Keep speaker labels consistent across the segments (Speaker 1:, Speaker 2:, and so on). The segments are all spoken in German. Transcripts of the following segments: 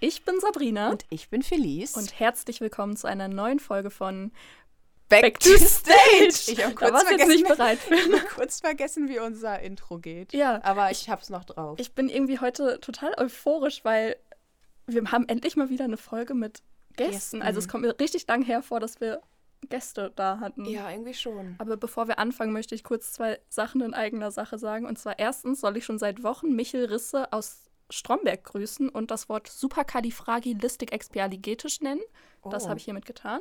Speaker 1: Ich bin Sabrina
Speaker 2: Und ich bin Felice.
Speaker 1: und herzlich willkommen zu einer neuen Folge von
Speaker 2: back,
Speaker 1: to Stage!
Speaker 2: Ich habe
Speaker 1: Da
Speaker 2: kurz,
Speaker 1: warst du jetzt
Speaker 2: vergessen-
Speaker 1: nicht bereit für.
Speaker 2: ich hab kurz vergessen, wie unser Intro geht.
Speaker 1: Ja.
Speaker 2: Aber ich hab's noch drauf.
Speaker 1: Ich bin irgendwie heute total euphorisch, weil wir haben endlich mal wieder eine Folge mit Gästen.
Speaker 2: Gästen.
Speaker 1: Also es kommt mir richtig lang hervor, dass wir Gäste da hatten.
Speaker 2: ja, irgendwie schon.
Speaker 1: Aber bevor wir anfangen, möchte ich kurz zwei Sachen in eigener Sache sagen. Und zwar erstens soll ich schon seit Wochen Michel Risse aus Stromberg grüßen und das Wort superkalifragilistikexpialigetisch nennen. Das
Speaker 2: Oh.
Speaker 1: habe ich hiermit getan.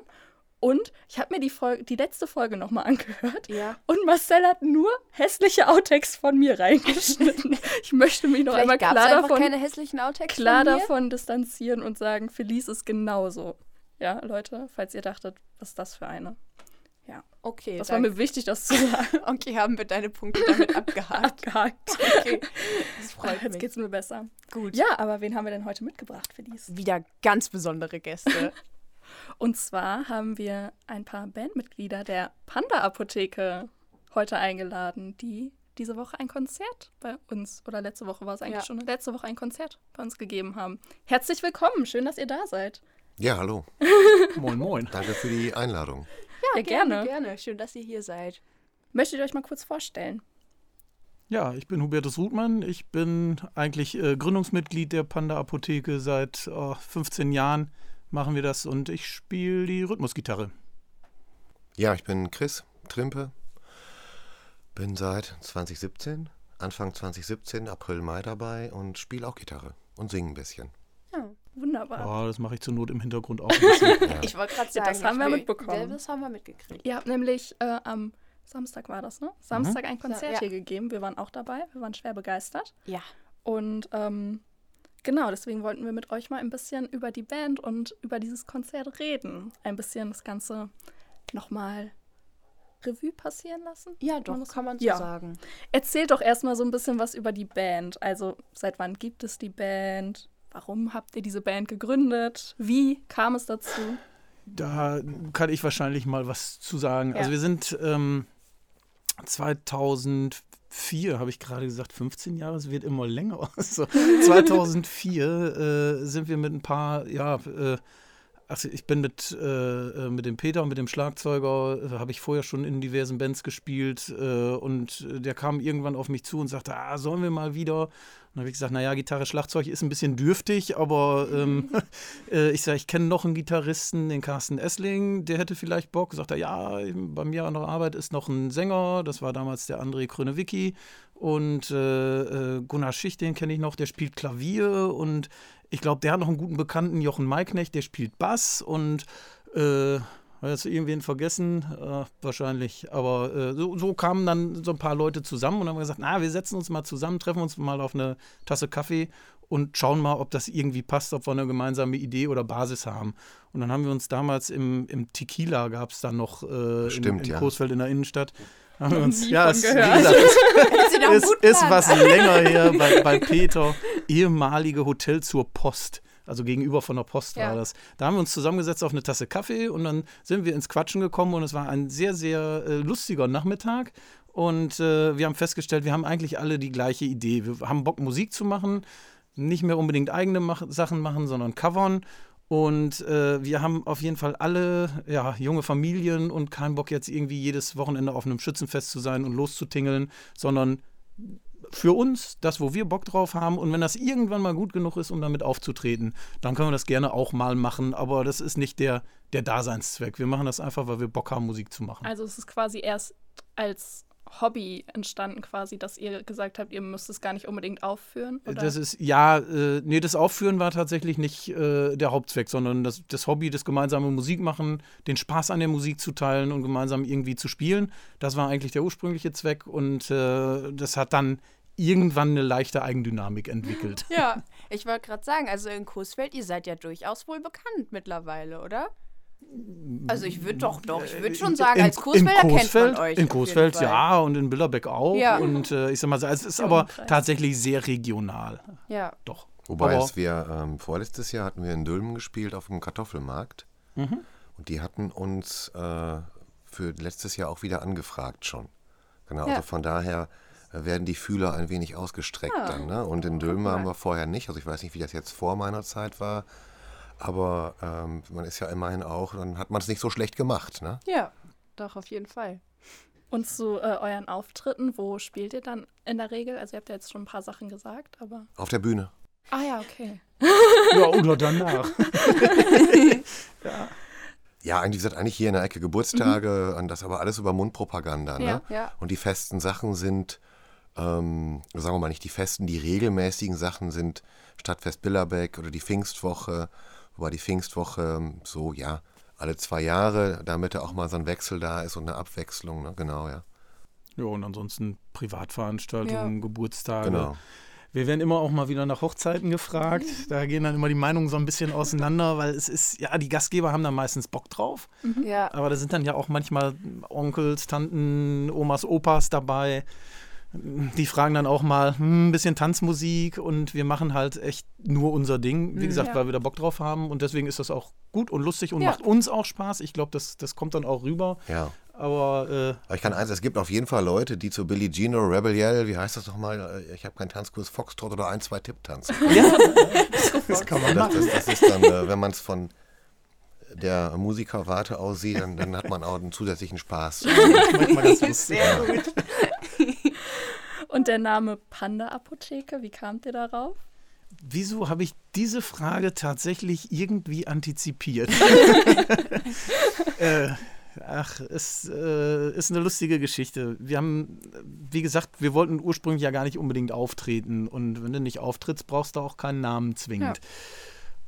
Speaker 1: Und ich habe mir die, Folge, die letzte Folge nochmal angehört.
Speaker 2: Ja.
Speaker 1: Und Marcel hat nur hässliche Outtakes von mir reingeschnitten. ich möchte mich noch einmal
Speaker 2: Vielleicht gab's
Speaker 1: klar
Speaker 2: einfach
Speaker 1: davon,
Speaker 2: keine hässlichen Outtakes
Speaker 1: klar
Speaker 2: von mir.
Speaker 1: davon distanzieren und sagen, Felice ist genauso. Ja, Leute, falls ihr dachtet, was ist das für eine?
Speaker 2: Okay,
Speaker 1: Das war
Speaker 2: danke.
Speaker 1: mir wichtig, das zu sagen.
Speaker 2: okay, haben wir deine Punkte damit abgehakt.
Speaker 1: Abgehakt.
Speaker 2: Okay, das freut
Speaker 1: Ah, Jetzt
Speaker 2: mich.
Speaker 1: geht's mir besser.
Speaker 2: gut.
Speaker 1: Ja, aber wen haben wir denn heute mitgebracht, Felice?
Speaker 2: Wieder ganz besondere Gäste.
Speaker 1: Und zwar haben wir ein paar Bandmitglieder der Panda-Apotheke heute eingeladen, die diese Woche ein Konzert bei uns, oder letzte Woche war es eigentlich
Speaker 2: Ja.
Speaker 1: schon, letzte Woche ein Konzert bei uns gegeben haben. Herzlich willkommen, schön, dass ihr da seid.
Speaker 3: Ja, hallo.
Speaker 4: Moin, moin.
Speaker 3: Danke für die Einladung.
Speaker 1: Ja, gerne.
Speaker 2: gerne. Schön, dass ihr hier seid.
Speaker 1: Möchtet ihr euch mal kurz vorstellen?
Speaker 4: Ja, ich bin Hubertus Ruthmann. Ich bin eigentlich äh, Gründungsmitglied der Panda Apotheke. Seit oh, 15 Jahren machen wir das und ich spiele die Rhythmusgitarre.
Speaker 3: Ja, ich bin Chris Trimpe. Bin seit 2017, Anfang 2017, April, Mai dabei und spiele auch Gitarre und singe ein bisschen.
Speaker 1: Wunderbar.
Speaker 4: Oh, das mache ich zur Not im Hintergrund auch. Ein bisschen.
Speaker 2: Ich wollte gerade
Speaker 1: Ja,
Speaker 2: sagen,
Speaker 1: das haben wir
Speaker 2: ich will-
Speaker 1: mitbekommen.
Speaker 2: Das haben wir mitgekriegt.
Speaker 1: Ihr habt nämlich äh, am Samstag war das, ne? Samstag ein Konzert
Speaker 2: Mhm. Ja.
Speaker 1: hier gegeben. Wir waren auch dabei, wir waren schwer begeistert.
Speaker 2: Ja.
Speaker 1: Und ähm, genau, deswegen wollten wir mit euch mal ein bisschen über die Band und über dieses Konzert reden. Ein bisschen das Ganze nochmal Revue passieren lassen.
Speaker 2: Ja,
Speaker 1: Man
Speaker 2: doch,
Speaker 1: muss-
Speaker 2: kann man so
Speaker 1: Ja.
Speaker 2: sagen.
Speaker 1: Erzählt doch erstmal so ein bisschen was über die Band. Also seit wann gibt es die Band? Warum habt ihr diese Band gegründet? Wie kam es dazu?
Speaker 4: Da kann ich wahrscheinlich mal was zu sagen.
Speaker 1: Ja.
Speaker 4: Also wir sind ähm, 2004, habe ich gerade gesagt, 15 Jahre, es wird immer länger. Also 2004 äh, sind wir mit ein paar, ja, äh, also ich bin mit, äh, äh, mit dem Peter, mit dem Schlagzeuger, äh, habe ich vorher schon in diversen Bands gespielt äh, und äh, der kam irgendwann auf mich zu und sagte, ah, sollen wir mal wieder? Und dann habe ich gesagt, naja, Gitarre, Schlagzeug ist ein bisschen dürftig, aber ähm, äh, ich sage, ich kenne noch einen Gitarristen, den Carsten Essling, der hätte vielleicht Bock. Sagt er, ja, bei mir an der Arbeit ist noch ein Sänger, das war damals der André Krönewicki und äh, äh, Gunnar Schicht, den kenne ich noch, der spielt Klavier und ich glaube, der hat noch einen guten Bekannten, Jochen Maiknecht, der spielt Bass und äh, habe jetzt irgendwen vergessen? Äh, wahrscheinlich. Aber äh, so, so kamen dann so ein paar Leute zusammen und haben gesagt, na, wir setzen uns mal zusammen, treffen uns mal auf eine Tasse Kaffee und schauen mal, ob das irgendwie passt, ob wir eine gemeinsame Idee oder Basis haben. Und dann haben wir uns damals im, im Tequila gab es dann noch äh, in,
Speaker 3: Stimmt,
Speaker 4: in
Speaker 3: ja.
Speaker 4: Coesfeld in der Innenstadt. Haben wir uns,
Speaker 1: nie
Speaker 4: ja,
Speaker 1: von
Speaker 4: es, wie
Speaker 1: gehört.
Speaker 4: gesagt, es,
Speaker 2: Ist,
Speaker 4: ist, ist was länger her bei, bei Peter. Ehemalige Hotel zur Post. Also gegenüber von der Post
Speaker 2: Ja.
Speaker 4: war das. Da haben wir uns zusammengesetzt auf eine Tasse Kaffee und dann sind wir ins Quatschen gekommen und es war ein sehr, sehr äh, lustiger Nachmittag. Und äh, wir haben festgestellt, wir haben eigentlich alle die gleiche Idee. Wir haben Bock, Musik zu machen, nicht mehr unbedingt eigene mach Sachen machen, sondern covern. Und äh, wir haben auf jeden Fall alle ja, junge Familien und keinen Bock, jetzt irgendwie jedes Wochenende auf einem Schützenfest zu sein und loszutingeln, sondern für uns, das, wo wir Bock drauf haben. Und wenn das irgendwann mal gut genug ist, um damit aufzutreten, dann können wir das gerne auch mal machen. Aber das ist nicht der, der Daseinszweck. Wir machen das einfach, weil wir Bock haben, Musik zu machen.
Speaker 1: Also es ist quasi erst als Hobby entstanden quasi, dass ihr gesagt habt, ihr müsst es gar nicht unbedingt aufführen. Oder?
Speaker 4: Das ist, ja, äh, nee, das Aufführen war tatsächlich nicht äh, der Hauptzweck, sondern das, das Hobby, das gemeinsame Musikmachen, den Spaß an der Musik zu teilen und gemeinsam irgendwie zu spielen, das war eigentlich der ursprüngliche Zweck und äh, das hat dann irgendwann eine leichte Eigendynamik entwickelt.
Speaker 2: Ja, ich wollte gerade sagen, also in Coesfeld, ihr seid ja durchaus wohl bekannt mittlerweile, oder? Also ich würde doch, doch, ich würde schon sagen,
Speaker 4: Äh, In-
Speaker 2: als
Speaker 4: in
Speaker 2: Coesfelder kennt man
Speaker 4: Coesfeld-
Speaker 2: euch.
Speaker 4: In
Speaker 2: auf jeden
Speaker 4: Coesfeld,
Speaker 2: Fall.
Speaker 4: ja, und in Billerbeck auch.
Speaker 2: Ja.
Speaker 4: Und äh, ich sag mal, so, es ist aber
Speaker 1: Umkreis.
Speaker 4: tatsächlich sehr regional.
Speaker 2: Ja,
Speaker 4: Doch.
Speaker 3: Wobei
Speaker 4: aber,
Speaker 3: es wir ähm, vorletztes Jahr hatten wir in Dülmen gespielt auf dem Kartoffelmarkt.
Speaker 2: Mhm.
Speaker 3: Und die hatten uns äh, für letztes Jahr auch wieder angefragt schon. Genau,
Speaker 2: Ja.
Speaker 3: also von daher äh, werden die Fühler ein wenig ausgestreckt dann. Ne? Und in Dülmen
Speaker 2: Ah, mal.
Speaker 3: waren wir vorher nicht. Also ich weiß nicht, wie das jetzt vor meiner Zeit war. Aber ähm, man ist ja immerhin auch, dann hat man es nicht so schlecht gemacht. Ne?
Speaker 2: ja, doch, auf jeden Fall.
Speaker 1: Und zu äh, euren Auftritten, wo spielt ihr dann in der Regel? Also ihr habt ja jetzt schon ein paar Sachen gesagt, aber.
Speaker 3: Auf der Bühne.
Speaker 1: Ah ja, okay.
Speaker 4: ja, oder danach.
Speaker 3: Ja, eigentlich, wie gesagt, eigentlich hier in der Ecke Geburtstage und das aber alles über Mundpropaganda. Ne?
Speaker 1: Ja,
Speaker 2: ja.
Speaker 3: Und die festen Sachen sind, ähm, sagen wir mal nicht die festen, die regelmäßigen Sachen sind Stadtfest Billerbeck oder die Pfingstwoche. Wobei die Pfingstwoche ähm, so, ja, alle zwei Jahre, damit da auch mal so ein Wechsel da ist und eine Abwechslung. Ne? Genau, ja.
Speaker 4: ja, und ansonsten Privatveranstaltungen,
Speaker 2: Ja.
Speaker 4: Geburtstage.
Speaker 3: Genau.
Speaker 4: Wir werden immer auch mal wieder nach Hochzeiten gefragt. Da gehen dann immer die Meinungen so ein bisschen auseinander, weil es ist, ja, die Gastgeber haben da meistens Bock drauf.
Speaker 2: Ja,
Speaker 4: Aber da sind dann ja auch manchmal Onkels, Tanten, Omas, Opas dabei. Die fragen dann auch mal, hm, ein bisschen Tanzmusik und wir machen halt echt nur unser Ding. Wie gesagt,
Speaker 1: Ja.
Speaker 4: weil wir da Bock drauf haben und deswegen ist das auch gut und lustig und
Speaker 2: Ja.
Speaker 4: macht uns auch Spaß. Ich glaube, das, das kommt dann auch rüber.
Speaker 3: Ja.
Speaker 4: Aber äh,
Speaker 3: Aber ich kann eins, es gibt auf jeden Fall Leute, die zu Billie Jean oder Rebel Yell, wie heißt das nochmal? Ich habe keinen Tanzkurs, Foxtrot oder ein, zwei Tipp tanzen.
Speaker 4: äh, ja, das kann man
Speaker 3: Das, das, das ist dann, äh, wenn man es von der Musikerwarte aus sieht, dann, dann hat man auch einen zusätzlichen Spaß.
Speaker 4: manchmal ganz lustig.
Speaker 3: Ja.
Speaker 1: Und der Name Panda Apotheke, wie kamt ihr darauf?
Speaker 4: Wieso habe ich diese Frage tatsächlich irgendwie antizipiert? äh, ach, es äh, ist eine lustige Geschichte. Wir haben, äh, wie gesagt, wir wollten ursprünglich ja gar nicht unbedingt auftreten. Und wenn du nicht auftrittst, brauchst du auch keinen Namen zwingend.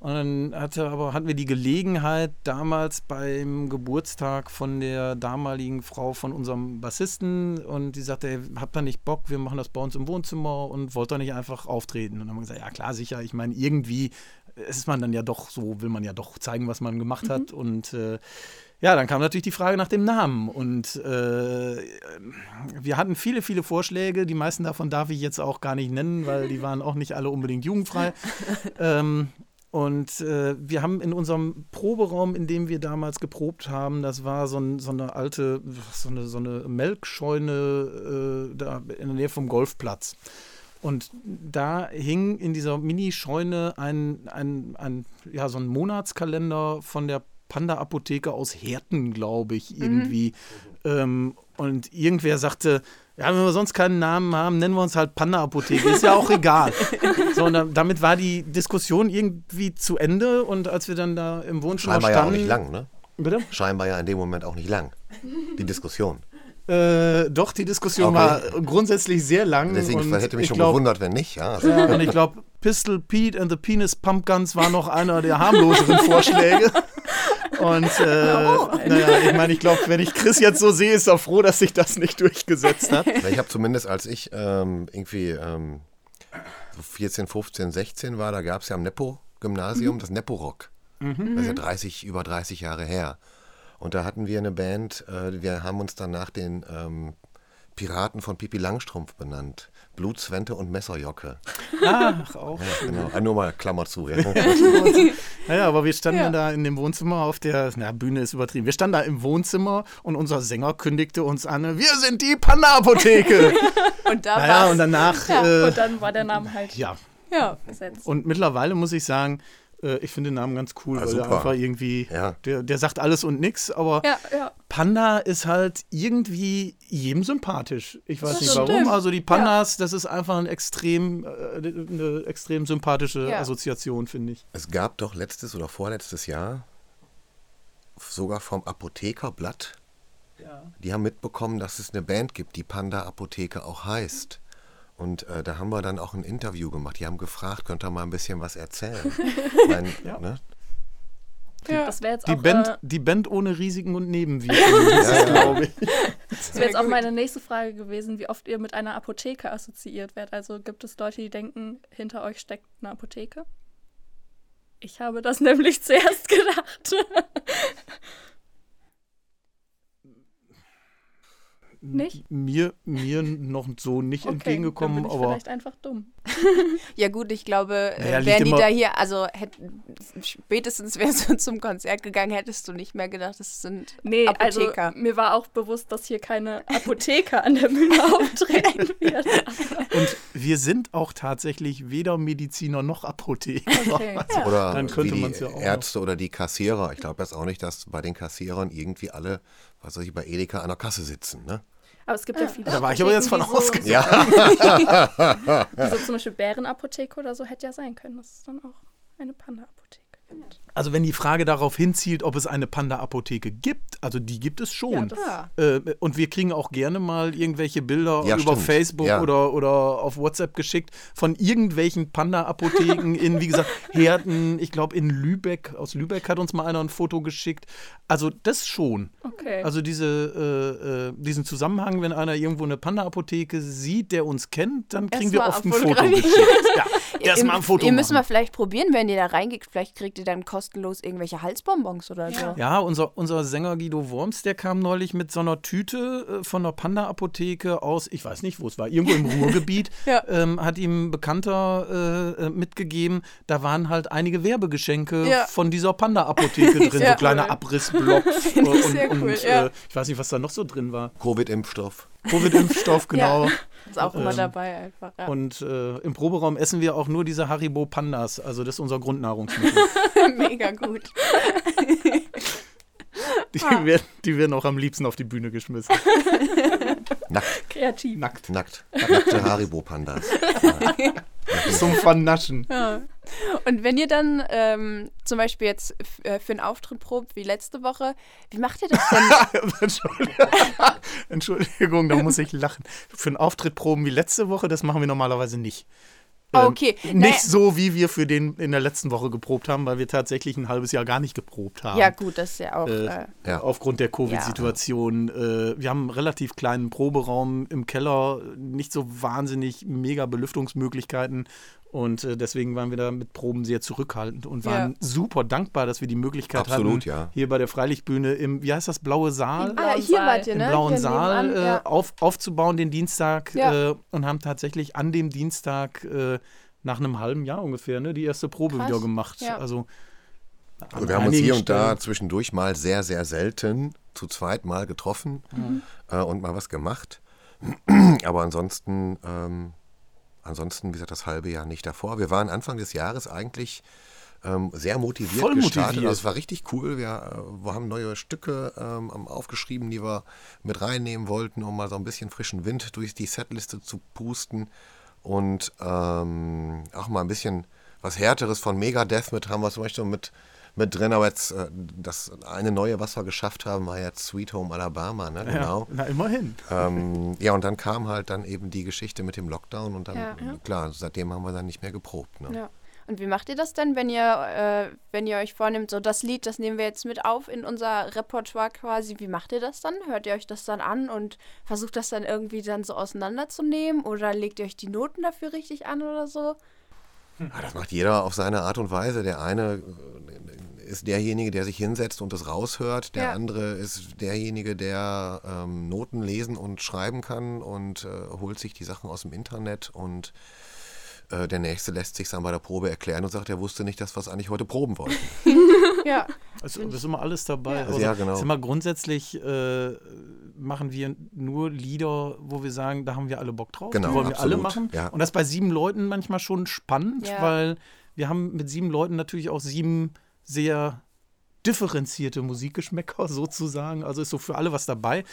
Speaker 4: Und dann hatte aber, hatten wir die Gelegenheit, damals beim Geburtstag von der damaligen Frau von unserem Bassisten und die sagte, ey, habt ihr nicht Bock, wir machen das bei uns im Wohnzimmer und wollt ihr nicht einfach auftreten? Und dann haben wir gesagt, ja klar, sicher, ich meine, irgendwie äh, ist man dann ja doch so, will man ja doch zeigen, was man gemacht hat und äh, ja, dann kam natürlich die Frage nach dem Namen und äh, wir hatten viele, viele Vorschläge, die meisten davon darf ich jetzt auch gar nicht nennen, weil die waren auch nicht alle unbedingt jugendfrei. Ähm, und äh, wir haben in unserem Proberaum, in dem wir damals geprobt haben, das war so, ein, so eine alte, so eine, so eine Melkscheune äh, da in der Nähe vom Golfplatz. Und da hing in dieser Mini-Scheune ein, ein, ein, ja, so ein Monatskalender von der Panda-Apotheke aus Herten, glaube ich, irgendwie. Ähm, und irgendwer sagte, ja, wenn wir sonst keinen Namen haben, nennen wir uns halt Panda-Apotheke. Ist ja auch egal. So, und da, damit war die Diskussion irgendwie zu Ende. Und als wir dann da im Wohnzimmer
Speaker 3: Scheinbar ja auch
Speaker 4: standen...
Speaker 3: nicht lang, ne?
Speaker 4: Bitte?
Speaker 3: Scheinbar ja in dem Moment auch nicht lang. Die Diskussion.
Speaker 4: Äh, doch, die
Speaker 3: Okay.
Speaker 4: Diskussion war grundsätzlich sehr lang.
Speaker 3: Deswegen
Speaker 4: Mhm. und
Speaker 3: hätte mich
Speaker 4: ich
Speaker 3: schon
Speaker 4: glaub,
Speaker 3: gewundert, wenn nicht. Ja, also,
Speaker 4: Ja, und ich glaube, Pistol Pete and the Penis Pump Guns war noch einer der harmloseren Vorschläge. Und äh, naja, ich meine, ich glaube, wenn ich Chris jetzt so sehe, ist er froh, dass sich das nicht durchgesetzt hat.
Speaker 3: ich habe zumindest, als ich ähm, irgendwie ähm, so 14, 15, 16 war, da gab es ja am Nepo-Gymnasium das Nepo-Rock. Das ist ja 30, über 30 Jahre her. Und da hatten wir eine Band, äh, wir haben uns dann nach den ähm, Piraten von Pipi Langstrumpf benannt. Blutswente und Messerjocke.
Speaker 4: Ach, auch.
Speaker 3: Genau. Ah, Nur mal Klammer zu. Ja.
Speaker 4: Naja, aber wir standen da in dem Wohnzimmer auf der, na, Bühne ist übertrieben. Wir standen da im Wohnzimmer und unser Sänger kündigte uns an, wir sind die Panda-Apotheke.
Speaker 2: und da
Speaker 4: naja,
Speaker 2: war's.
Speaker 4: und danach, äh,
Speaker 1: Und dann war der Name halt
Speaker 4: ja,
Speaker 2: ja.
Speaker 1: gesetzt.
Speaker 4: Und mittlerweile muss ich sagen, äh, ich finde den Namen ganz cool,
Speaker 3: Ah,
Speaker 4: weil der
Speaker 3: super.
Speaker 4: einfach irgendwie,
Speaker 3: Ja.
Speaker 4: der, der sagt alles und nix, aber
Speaker 1: Ja, ja.
Speaker 4: Panda ist halt irgendwie jedem sympathisch. Ich weiß
Speaker 2: Das
Speaker 4: nicht
Speaker 2: stimmt.
Speaker 4: warum. Also die Pandas, das ist einfach ein extrem, äh, eine extrem sympathische
Speaker 2: Ja.
Speaker 4: Assoziation, finde ich.
Speaker 3: Es gab doch letztes oder vorletztes Jahr sogar vom Apothekerblatt. Die haben mitbekommen, dass es eine Band gibt, die Panda Apotheke auch heißt. Und äh, da haben wir dann auch ein Interview gemacht. Die haben gefragt, könnt ihr mal ein bisschen was erzählen? ich mein, ne?
Speaker 1: Das wäre jetzt
Speaker 4: Die,
Speaker 1: auch.
Speaker 4: Band,
Speaker 1: äh,
Speaker 4: die Band ohne Risiken und Nebenwirkungen, das ist, glaube ich.
Speaker 1: Das wäre jetzt auch meine nächste Frage gewesen, wie oft ihr mit einer Apotheke assoziiert werdet. Also gibt es Leute, die denken, hinter euch steckt eine Apotheke? Ich habe das nämlich zuerst gedacht. Nicht?
Speaker 4: Mir, mir noch so nicht entgegengekommen,
Speaker 1: dann bin ich
Speaker 4: aber
Speaker 1: vielleicht einfach dumm.
Speaker 2: Ja gut, ich glaube, äh,
Speaker 4: Naja, liegt
Speaker 2: wären die
Speaker 4: immer-
Speaker 2: da hier, also hätt, spätestens wärst du zum Konzert gegangen, hättest du nicht mehr gedacht, es sind
Speaker 1: Nee,
Speaker 2: Apotheker.
Speaker 1: also mir war auch bewusst, dass hier keine Apotheker an der Bühne auftreten wird.
Speaker 4: und wir sind auch tatsächlich weder Mediziner noch Apotheker.
Speaker 1: Okay.
Speaker 3: Oder
Speaker 4: Dann könnte
Speaker 3: wie
Speaker 4: man's
Speaker 3: die
Speaker 4: ja auch noch.
Speaker 3: Ärzte oder die Kassierer. Ich glaube jetzt auch nicht, dass bei den Kassierern irgendwie alle, was weiß ich, bei Edeka an der Kasse sitzen. Ne?
Speaker 1: Aber es
Speaker 2: Ah.
Speaker 1: gibt ja viele
Speaker 4: Da war ich aber jetzt von
Speaker 1: Apotheken, die so-
Speaker 4: ausgegangen.
Speaker 3: Ja,
Speaker 1: So zum Beispiel Bärenapotheke oder so hätte ja sein können, dass es dann auch eine Panda-Apotheke gibt.
Speaker 4: Also wenn die Frage darauf hinzielt, ob es eine Panda-Apotheke gibt, also die gibt es
Speaker 1: Ja,
Speaker 4: schon.
Speaker 1: das-
Speaker 2: Ja.
Speaker 4: äh, und wir kriegen auch gerne mal irgendwelche Bilder
Speaker 3: Ja,
Speaker 4: über
Speaker 3: stimmt.
Speaker 4: Facebook
Speaker 3: Ja.
Speaker 4: oder, oder auf WhatsApp geschickt von irgendwelchen Panda-Apotheken in, wie gesagt, Herten, ich glaube in Lübeck, aus Lübeck hat uns mal einer ein Foto geschickt. Also das schon.
Speaker 1: Okay.
Speaker 4: Also diese, äh, äh, diesen Zusammenhang, wenn einer irgendwo eine Panda-Apotheke sieht, der uns kennt, dann kriegen wir
Speaker 2: Erstmal
Speaker 4: oft ein Foto
Speaker 2: fotografieren.
Speaker 4: geschickt. Ja, erstmal ein Foto
Speaker 2: Ihr müsst
Speaker 4: machen.
Speaker 2: mal vielleicht probieren, wenn ihr da reingeht, vielleicht kriegt ihr dann kostenlos irgendwelche Halsbonbons oder so.
Speaker 4: Ja, unser, unser Sänger Guido Worms, der kam neulich mit so einer Tüte äh, von einer Panda-Apotheke aus, ich weiß nicht, wo es war, irgendwo im Ruhrgebiet,
Speaker 2: Ja.
Speaker 4: ähm, hat ihm ein Bekannter äh, äh, mitgegeben. Da waren halt einige Werbegeschenke
Speaker 2: Ja.
Speaker 4: von dieser Panda-Apotheke drin,
Speaker 2: Sehr
Speaker 4: so kleine
Speaker 2: cool.
Speaker 4: Abrissblocks äh,
Speaker 2: Finde ich
Speaker 4: und,
Speaker 2: sehr
Speaker 4: und
Speaker 2: cool, ja.
Speaker 4: äh, ich weiß nicht, was da noch so drin war.
Speaker 3: Covid-Impfstoff.
Speaker 4: Covid-Impfstoff, genau.
Speaker 2: Ist auch immer
Speaker 4: Ähm,
Speaker 2: dabei einfach. Ja.
Speaker 4: Und äh, im Proberaum essen wir auch nur diese Haribo Pandas, also das ist unser Grundnahrungsmittel.
Speaker 2: Mega gut.
Speaker 4: Die,
Speaker 2: Ah.
Speaker 4: werden, die werden auch am liebsten auf die Bühne geschmissen.
Speaker 3: Nackt,
Speaker 1: Kreativ.
Speaker 4: Nackt.
Speaker 3: nackt. Nackte Haribo-Pandas.
Speaker 4: Zum Vernaschen.
Speaker 2: Und wenn ihr dann ähm, zum Beispiel jetzt f- äh, für einen Auftritt probt, wie letzte Woche, wie macht ihr das
Speaker 4: Ähm,
Speaker 2: denn?
Speaker 4: Entschuldigung. Entschuldigung, da muss ich lachen. Für einen Auftritt proben wie letzte Woche, das machen wir normalerweise nicht. Ähm,
Speaker 2: Ah, okay. Naja-
Speaker 4: Nicht so, wie wir für den in der letzten Woche geprobt haben, weil wir tatsächlich ein halbes Jahr gar nicht geprobt haben.
Speaker 2: ja gut, das ist ja auch...
Speaker 4: Äh,
Speaker 2: Äh,
Speaker 3: Ja.
Speaker 4: Aufgrund der Covid-Situation. Äh, wir haben einen relativ kleinen Proberaum im Keller, nicht so wahnsinnig mega Belüftungsmöglichkeiten. Und äh, deswegen waren wir da mit Proben sehr zurückhaltend und
Speaker 2: Ja.
Speaker 4: waren super dankbar, dass wir die Möglichkeit
Speaker 3: Absolut,
Speaker 4: hatten,
Speaker 3: ja.
Speaker 4: hier bei der Freilichtbühne im, wie heißt das, Blaue Saal?
Speaker 2: ah,
Speaker 1: blauen
Speaker 2: hier
Speaker 1: Saal.
Speaker 2: wart ihr, ne?
Speaker 4: im blauen
Speaker 2: Hier
Speaker 4: Saal
Speaker 2: nebenan,
Speaker 4: äh,
Speaker 2: ja.
Speaker 4: auf, aufzubauen, den Dienstag.
Speaker 2: Ja.
Speaker 4: Äh, und haben tatsächlich an dem Dienstag äh, nach einem halben Jahr ungefähr ne, die erste Probe
Speaker 2: Krass,
Speaker 4: wieder gemacht.
Speaker 2: ja.
Speaker 4: Also, an
Speaker 3: Und Also wir haben uns
Speaker 4: einigen
Speaker 3: hier und da
Speaker 4: Stellen-
Speaker 3: zwischendurch mal sehr, sehr selten zu zweit mal getroffen
Speaker 4: Mhm.
Speaker 3: äh, und mal was gemacht. Aber ansonsten, ähm, ansonsten, wie gesagt, das halbe Jahr nicht davor. Wir waren Anfang des Jahres eigentlich ähm, sehr motiviert
Speaker 4: Voll
Speaker 3: gestartet.
Speaker 4: motiviert.
Speaker 3: Also es war richtig cool. Wir, äh, wir haben neue Stücke ähm, aufgeschrieben, die wir mit reinnehmen wollten, um mal so ein bisschen frischen Wind durch die Setliste zu pusten. Und ähm, auch mal ein bisschen was Härteres von Megadeth mit haben wir zum Beispiel mit, mit drin. Aber jetzt äh, das eine neue, was wir geschafft haben, war jetzt Sweet Home Alabama. Ne? Genau.
Speaker 4: Ja, na, immerhin.
Speaker 3: Ähm, ja, und dann kam halt dann eben die Geschichte mit dem Lockdown und dann,
Speaker 1: Ja.
Speaker 3: klar, seitdem haben wir dann nicht mehr geprobt. Ne?
Speaker 2: Ja. Und wie macht ihr das denn, wenn ihr, äh, wenn ihr euch vornimmt, so das Lied, das nehmen wir jetzt mit auf in unser Repertoire quasi, wie macht ihr das dann? Hört ihr euch das dann an und versucht das dann irgendwie dann so auseinanderzunehmen oder legt ihr euch die Noten dafür richtig an oder so?
Speaker 3: Ah, Das macht jeder auf seine Art und Weise. Der eine äh, ist derjenige, der sich hinsetzt und das raushört. Der
Speaker 2: Ja.
Speaker 3: andere ist derjenige, der ähm, Noten lesen und schreiben kann und äh, holt sich die Sachen aus dem Internet. Und äh, der nächste lässt sich dann bei der Probe erklären und sagt, er wusste nicht, dass wir es eigentlich heute proben wollten.
Speaker 2: Ja.
Speaker 4: Also, das ist immer alles dabei.
Speaker 3: Also, ja, genau.
Speaker 4: es Ist immer grundsätzlich äh, machen wir nur Lieder, wo wir sagen, da haben wir alle Bock drauf.
Speaker 3: Genau,
Speaker 4: die wollen wir alle
Speaker 3: absolut,
Speaker 4: machen.
Speaker 3: ja.
Speaker 4: Und das ist bei sieben Leuten manchmal schon spannend,
Speaker 2: Ja.
Speaker 4: weil wir haben mit sieben Leuten natürlich auch sieben sehr differenzierte Musikgeschmäcker sozusagen. Also ist so für alle was dabei.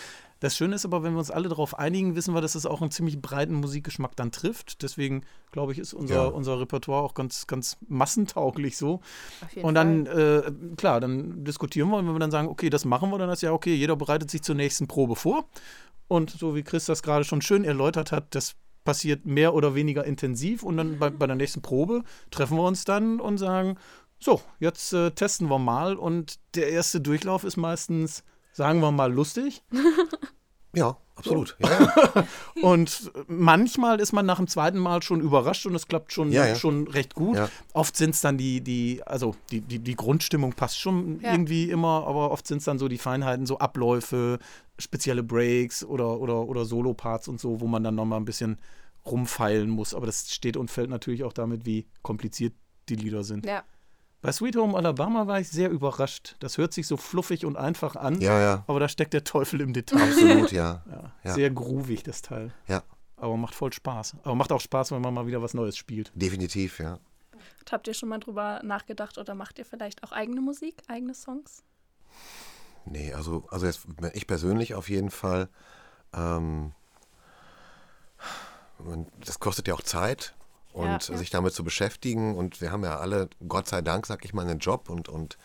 Speaker 4: Das Schöne ist aber, wenn wir uns alle darauf einigen, wissen wir, dass es auch einen ziemlich breiten Musikgeschmack dann trifft. Deswegen, glaube ich, ist unser,
Speaker 3: Ja.
Speaker 4: unser Repertoire auch ganz, ganz massentauglich so.
Speaker 2: Auf jeden
Speaker 4: Und dann, äh, klar, dann diskutieren wir und wenn wir dann sagen, okay, das machen wir, dann ist ja okay, jeder bereitet sich zur nächsten Probe vor. Und so wie Chris das gerade schon schön erläutert hat, das passiert mehr oder weniger intensiv und dann bei, bei der nächsten Probe treffen wir uns dann und sagen, so, jetzt äh, testen wir mal und der erste Durchlauf ist meistens, sagen wir mal, lustig.
Speaker 3: Ja, absolut. Ja, ja.
Speaker 4: Und manchmal ist man nach dem zweiten Mal schon überrascht und es klappt schon,
Speaker 3: Ja, ja.
Speaker 4: schon recht gut.
Speaker 3: Ja.
Speaker 4: Oft sind es dann die, die, also die, die, die Grundstimmung passt schon
Speaker 2: Ja.
Speaker 4: irgendwie immer, aber oft sind es dann so die Feinheiten, so Abläufe, spezielle Breaks oder, oder, oder Solo-Parts und so, wo man dann nochmal ein bisschen rumfeilen muss. Aber das steht und fällt natürlich auch damit, wie kompliziert die Lieder sind.
Speaker 2: Ja.
Speaker 4: Bei Sweet Home Alabama war ich sehr überrascht. Das hört sich so fluffig und einfach an,
Speaker 3: ja, ja.
Speaker 4: aber da steckt der Teufel im Detail.
Speaker 3: Absolut, ja. Ja.
Speaker 4: Sehr groovig, das Teil.
Speaker 3: Ja,
Speaker 4: Aber macht voll Spaß. Aber macht auch Spaß, wenn man mal wieder was Neues spielt.
Speaker 3: definitiv, ja.
Speaker 1: Und habt ihr schon mal drüber nachgedacht oder macht ihr vielleicht auch eigene Musik, eigene Songs?
Speaker 3: Nee, also, also jetzt, ich persönlich auf jeden Fall. Ähm, man- das kostet ja auch Zeit und
Speaker 2: ja.
Speaker 3: sich damit zu beschäftigen. Und wir haben ja alle, Gott sei Dank, sag ich mal, einen Job und, und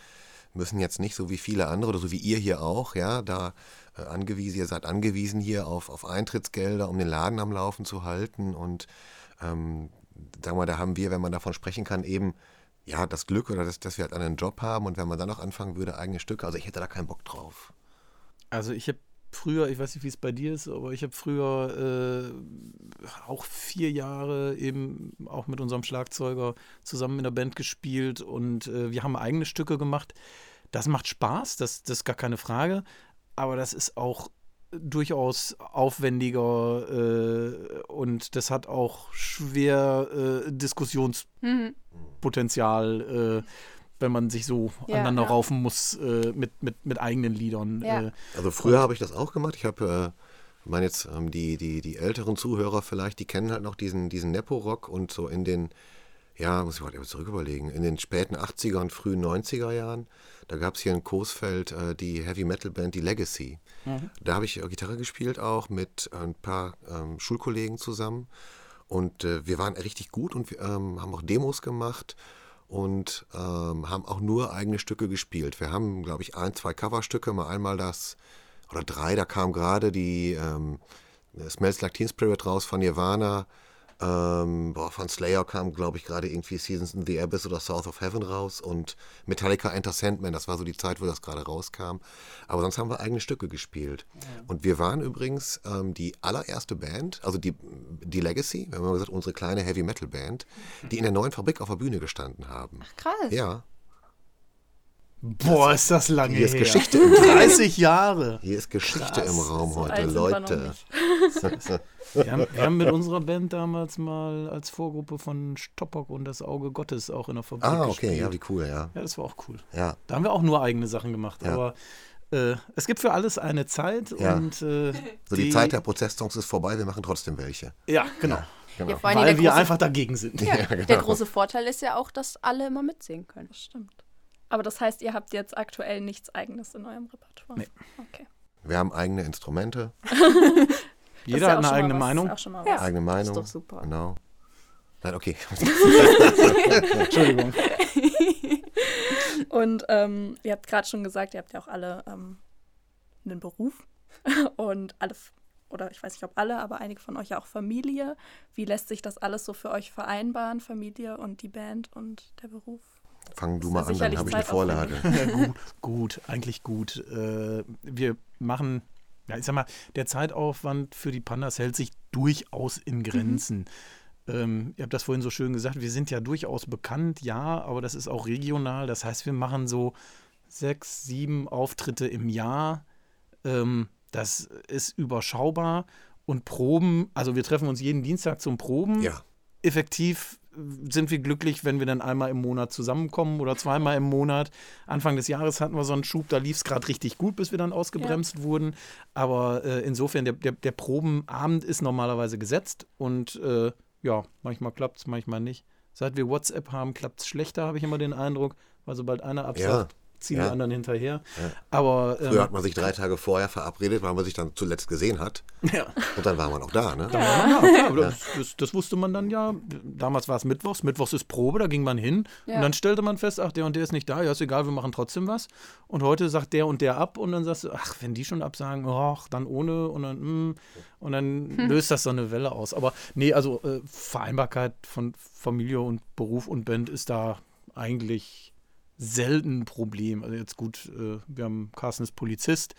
Speaker 3: müssen jetzt nicht so wie viele andere oder so wie ihr hier auch, ja, da äh, angewiesen, ihr seid angewiesen hier auf, auf Eintrittsgelder, um den Laden am Laufen zu halten. Und ähm, sag mal, da haben wir, wenn man davon sprechen kann, eben ja das Glück oder das, dass wir halt einen Job haben und wenn man dann noch anfangen würde, eigene Stücke, also ich hätte da keinen Bock drauf.
Speaker 4: Also ich habe früher, ich weiß nicht, wie es bei dir ist, aber ich habe früher äh, auch vier Jahre eben auch mit unserem Schlagzeuger zusammen in der Band gespielt und äh, wir haben eigene Stücke gemacht. Das macht Spaß, das, das ist gar keine Frage, aber das ist auch durchaus aufwendiger äh, und das hat auch schwer äh, Diskussions
Speaker 2: Mhm.
Speaker 4: Potenzial, äh, wenn man sich so
Speaker 2: Ja,
Speaker 4: aneinander
Speaker 2: ja.
Speaker 4: raufen muss äh, mit, mit, mit eigenen Liedern.
Speaker 2: Ja.
Speaker 4: Äh,
Speaker 3: Also früher habe ich das auch gemacht. Ich habe, äh, ich meine jetzt ähm, die, die, die älteren Zuhörer vielleicht, die kennen halt noch diesen, diesen Nepo-Rock und so in den, ja, muss ich mal eben zurück überlegen, in den späten 80er und frühen 90er Jahren, da gab es hier in Coesfeld äh, die Heavy-Metal-Band, die Legacy. Da habe ich äh, Gitarre gespielt auch mit äh, ein paar ähm, Schulkollegen zusammen. Und äh, wir waren richtig gut und wir, ähm, haben auch Demos gemacht und ähm, haben auch nur eigene Stücke gespielt. Wir haben, glaube ich, ein, zwei Coverstücke, mal einmal das, oder drei, da kam gerade die ähm, Smells Like Teen Spirit raus von Nirvana. Ähm, boah, von Slayer kam, glaube ich, gerade irgendwie Seasons in the Abyss oder South of Heaven raus und Metallica Enter Sandman, das war so die Zeit, wo das gerade rauskam. Aber sonst haben wir eigene Stücke gespielt. Und wir waren übrigens ähm, die allererste Band, also die, die Legacy, wir haben mal gesagt, unsere kleine Heavy Metal Band, die in der neuen Fabrik auf der Bühne gestanden haben.
Speaker 2: Krass.
Speaker 3: Ja,
Speaker 4: boah, ist das lange
Speaker 3: hier ist
Speaker 4: her.
Speaker 3: Geschichte im Raum.
Speaker 4: 30 Jahre.
Speaker 3: Hier ist Geschichte im Raum
Speaker 1: So
Speaker 3: heute,
Speaker 1: alt sind wir noch
Speaker 3: Leute.
Speaker 1: nicht.
Speaker 4: Wir haben, wir haben mit unserer Band damals mal als Vorgruppe von Stoppock und das Auge Gottes auch in der Fabrik
Speaker 3: ah, okay, ja,
Speaker 4: gespielt.
Speaker 3: wie cool, ja.
Speaker 4: Ja, das war auch cool.
Speaker 3: Ja,
Speaker 4: Da haben wir auch nur eigene Sachen gemacht,
Speaker 3: Ja.
Speaker 4: aber äh, es gibt für alles eine Zeit
Speaker 3: Ja.
Speaker 4: und äh,
Speaker 3: so die, Zeit der Prozesssongs ist vorbei, wir machen trotzdem welche.
Speaker 4: Ja, genau.
Speaker 2: Ja, vor allem
Speaker 4: Weil
Speaker 2: der
Speaker 4: wir
Speaker 2: große-
Speaker 4: einfach dagegen sind.
Speaker 2: Ja, Der
Speaker 3: genau.
Speaker 2: große Vorteil ist ja auch, dass alle immer mitsingen können.
Speaker 1: Das stimmt. Aber das heißt, ihr habt jetzt aktuell nichts Eigenes in eurem Repertoire?
Speaker 4: Nee.
Speaker 1: Okay.
Speaker 3: Wir haben eigene Instrumente,
Speaker 1: Das ist
Speaker 4: Jeder
Speaker 1: ja
Speaker 4: hat
Speaker 1: auch schon
Speaker 4: eine
Speaker 1: mal
Speaker 4: eigene
Speaker 1: was,
Speaker 4: Meinung.
Speaker 1: Auch schon mal
Speaker 2: Ja.
Speaker 1: was.
Speaker 3: eigene Meinung.
Speaker 2: doch super.
Speaker 3: Genau. Nein, okay.
Speaker 4: Entschuldigung.
Speaker 1: Und ähm, ihr habt gerade schon gesagt, ihr habt ja auch alle ähm, einen Beruf und alle, f- oder ich weiß nicht, ob alle, aber einige von euch ja auch Familie. Wie lässt sich das alles so für euch vereinbaren, Familie und die Band und der Beruf?
Speaker 3: Fang du
Speaker 1: Ist
Speaker 3: mal
Speaker 1: ja
Speaker 3: an, dann
Speaker 1: sicherlich
Speaker 3: habe ich eine
Speaker 1: zeitaufwendig.
Speaker 3: Vorlage.
Speaker 4: Ja, gut, gut, eigentlich gut. Äh, wir machen, ja, ich sag mal, der Zeitaufwand für die Pandas hält sich durchaus in Grenzen. Ähm, ihr habt das vorhin so schön gesagt, wir sind ja durchaus bekannt, ja, aber das ist auch regional. Das heißt, wir machen so sechs, sieben Auftritte im Jahr. Ähm, das ist überschaubar. Und Proben, also wir treffen uns jeden Dienstag zum Proben
Speaker 3: Ja,
Speaker 4: effektiv äh, sind wir glücklich, wenn wir dann einmal im Monat zusammenkommen oder zweimal im Monat. Anfang des Jahres hatten wir so einen Schub, da lief es gerade richtig gut, bis wir dann ausgebremst wurden. Aber äh, insofern, der, der, der Probenabend ist normalerweise gesetzt und äh, ja, manchmal klappt es, manchmal nicht. Seit wir WhatsApp haben, klappt es schlechter, habe ich immer den Eindruck, weil sobald einer absagt, ziehen die
Speaker 3: ja.
Speaker 4: anderen hinterher. Aber ähm,
Speaker 3: früher hat man sich drei Tage vorher verabredet, weil man sich dann zuletzt gesehen hat.
Speaker 4: ja.
Speaker 3: Und dann war man auch da, ne?
Speaker 4: Ja, klar, aber das, das, das wusste man dann ja. Damals war es Mittwochs. Mittwochs ist Probe, da ging man hin.
Speaker 2: Ja.
Speaker 4: Und dann stellte man fest, ach, der und der ist nicht da. Ja, ist egal, wir machen trotzdem was. Und heute sagt der und der ab. Und dann sagst du, ach, wenn die schon absagen, ach, dann ohne. Und dann, mm, und dann löst das so eine Welle aus. Aber nee, also äh, Vereinbarkeit von Familie und Beruf und Band ist da eigentlich selten ein Problem. Also jetzt gut, äh, wir haben Carsten ist Polizist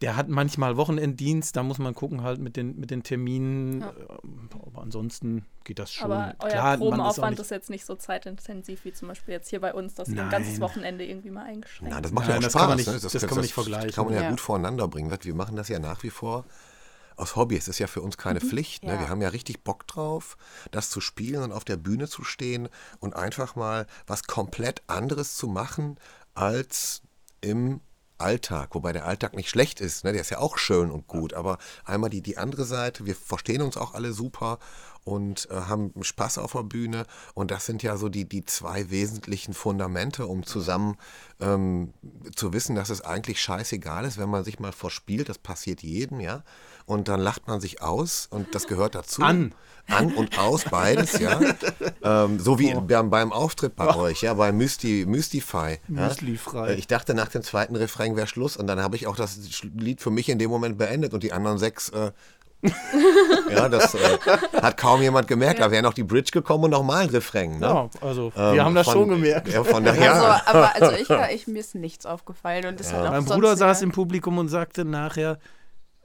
Speaker 4: der hat manchmal Wochenenddienst, da muss man gucken halt mit den, mit den Terminen.
Speaker 1: Ja.
Speaker 4: Ähm, Aber ansonsten geht das schon.
Speaker 1: Aber euer
Speaker 4: Klar, man ist auch
Speaker 1: Probenaufwand
Speaker 4: nicht,
Speaker 1: ist, jetzt nicht so zeitintensiv wie zum Beispiel jetzt hier bei uns, dass ihr
Speaker 4: Nein.
Speaker 1: ein ganzes Wochenende irgendwie mal eingeschränkt
Speaker 3: Nein, das macht ja
Speaker 4: Nein,
Speaker 3: auch
Speaker 4: das
Speaker 3: Spaß.
Speaker 4: kann man nicht-
Speaker 3: ne?
Speaker 4: das kann man nicht vergleichen.
Speaker 3: Kann man ja,
Speaker 2: Ja.
Speaker 3: gut voreinander bringen. Was, Wir machen das ja nach wie vor aus Hobby. Es ist ja für uns keine Pflicht. Ne?
Speaker 2: Ja.
Speaker 3: Wir haben ja richtig Bock drauf, das zu spielen und auf der Bühne zu stehen und einfach mal was komplett anderes zu machen als im Alltag, wobei der Alltag nicht schlecht ist, ne? der ist ja auch schön und gut, aber einmal die, die andere Seite, wir verstehen uns auch alle super und äh, haben Spaß auf der Bühne und das sind ja so die, die zwei wesentlichen Fundamente, um zusammen ähm, zu wissen, dass es eigentlich scheißegal ist, wenn man sich mal verspielt, das passiert jedem, ja, und dann lacht man sich aus und das gehört dazu.
Speaker 4: An.
Speaker 3: An und aus, beides, ja. ähm, so wie beim, beim Auftritt bei euch, ja, bei Mysti, Mystify. ja. Äh,
Speaker 4: Müslifrei.
Speaker 3: Ich dachte, nach dem zweiten Refrain wäre Schluss und dann habe ich auch das Sch- Lied für mich in dem Moment beendet und die anderen sechs. Äh, ja, das äh, hat kaum jemand gemerkt. Da wäre noch die Bridge gekommen und nochmal ein Refrain. Ne?
Speaker 4: Ja, also
Speaker 3: Ähm,
Speaker 4: wir haben das
Speaker 3: von-
Speaker 4: schon gemerkt.
Speaker 3: Ja, von daher.
Speaker 2: Also, aber also ich, war- ich mir ist nichts aufgefallen und das hat auch
Speaker 4: Mein
Speaker 2: sonst
Speaker 4: Bruder saß
Speaker 2: niemand-
Speaker 4: im Publikum und sagte nachher,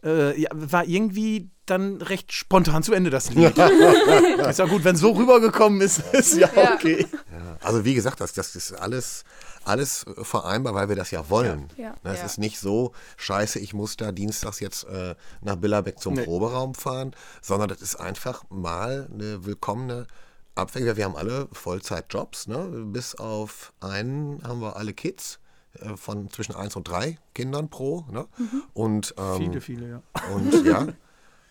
Speaker 4: äh, ja, war irgendwie dann recht spontan zu Ende das Lied. ist ja gut, wenn so rübergekommen ist, ist ja,
Speaker 2: Ja.
Speaker 4: okay.
Speaker 3: Also wie gesagt, das, das ist alles, alles vereinbar, weil wir das ja wollen.
Speaker 1: Ja.
Speaker 3: Ne, Es
Speaker 2: Ja.
Speaker 3: ist nicht so, scheiße, ich muss da dienstags jetzt äh, nach Billerbeck zum
Speaker 4: Nee.
Speaker 3: Proberaum fahren, sondern das ist einfach mal eine willkommene Abwechslung. Wir haben alle Vollzeitjobs, ne? bis auf einen haben wir alle Kids äh, von zwischen 1 und 3 Kindern pro. Ne?
Speaker 1: Mhm.
Speaker 3: Und, ähm,
Speaker 4: Viele, viele, ja.
Speaker 3: Und, ja,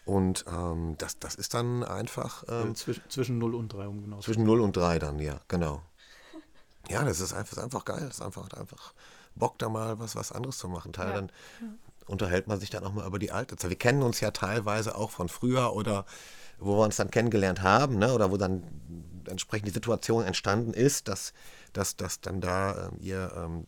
Speaker 3: und ähm, das, das ist dann einfach... Ähm,
Speaker 4: Zwisch, zwischen 0 und 3, um genau zu
Speaker 3: zwischen 0 und 3 dann, ja, genau. Ja, das ist einfach, ist einfach geil. Das ist einfach, hat einfach Bock, da mal was, was anderes zu machen. Teil dann unterhält man sich dann auch mal über die alte Zeit. Wir kennen uns ja teilweise auch von früher oder wo wir uns dann kennengelernt haben, ne? oder wo dann entsprechend die Situation entstanden ist, dass, dass, dass dann da ähm, ihr ähm,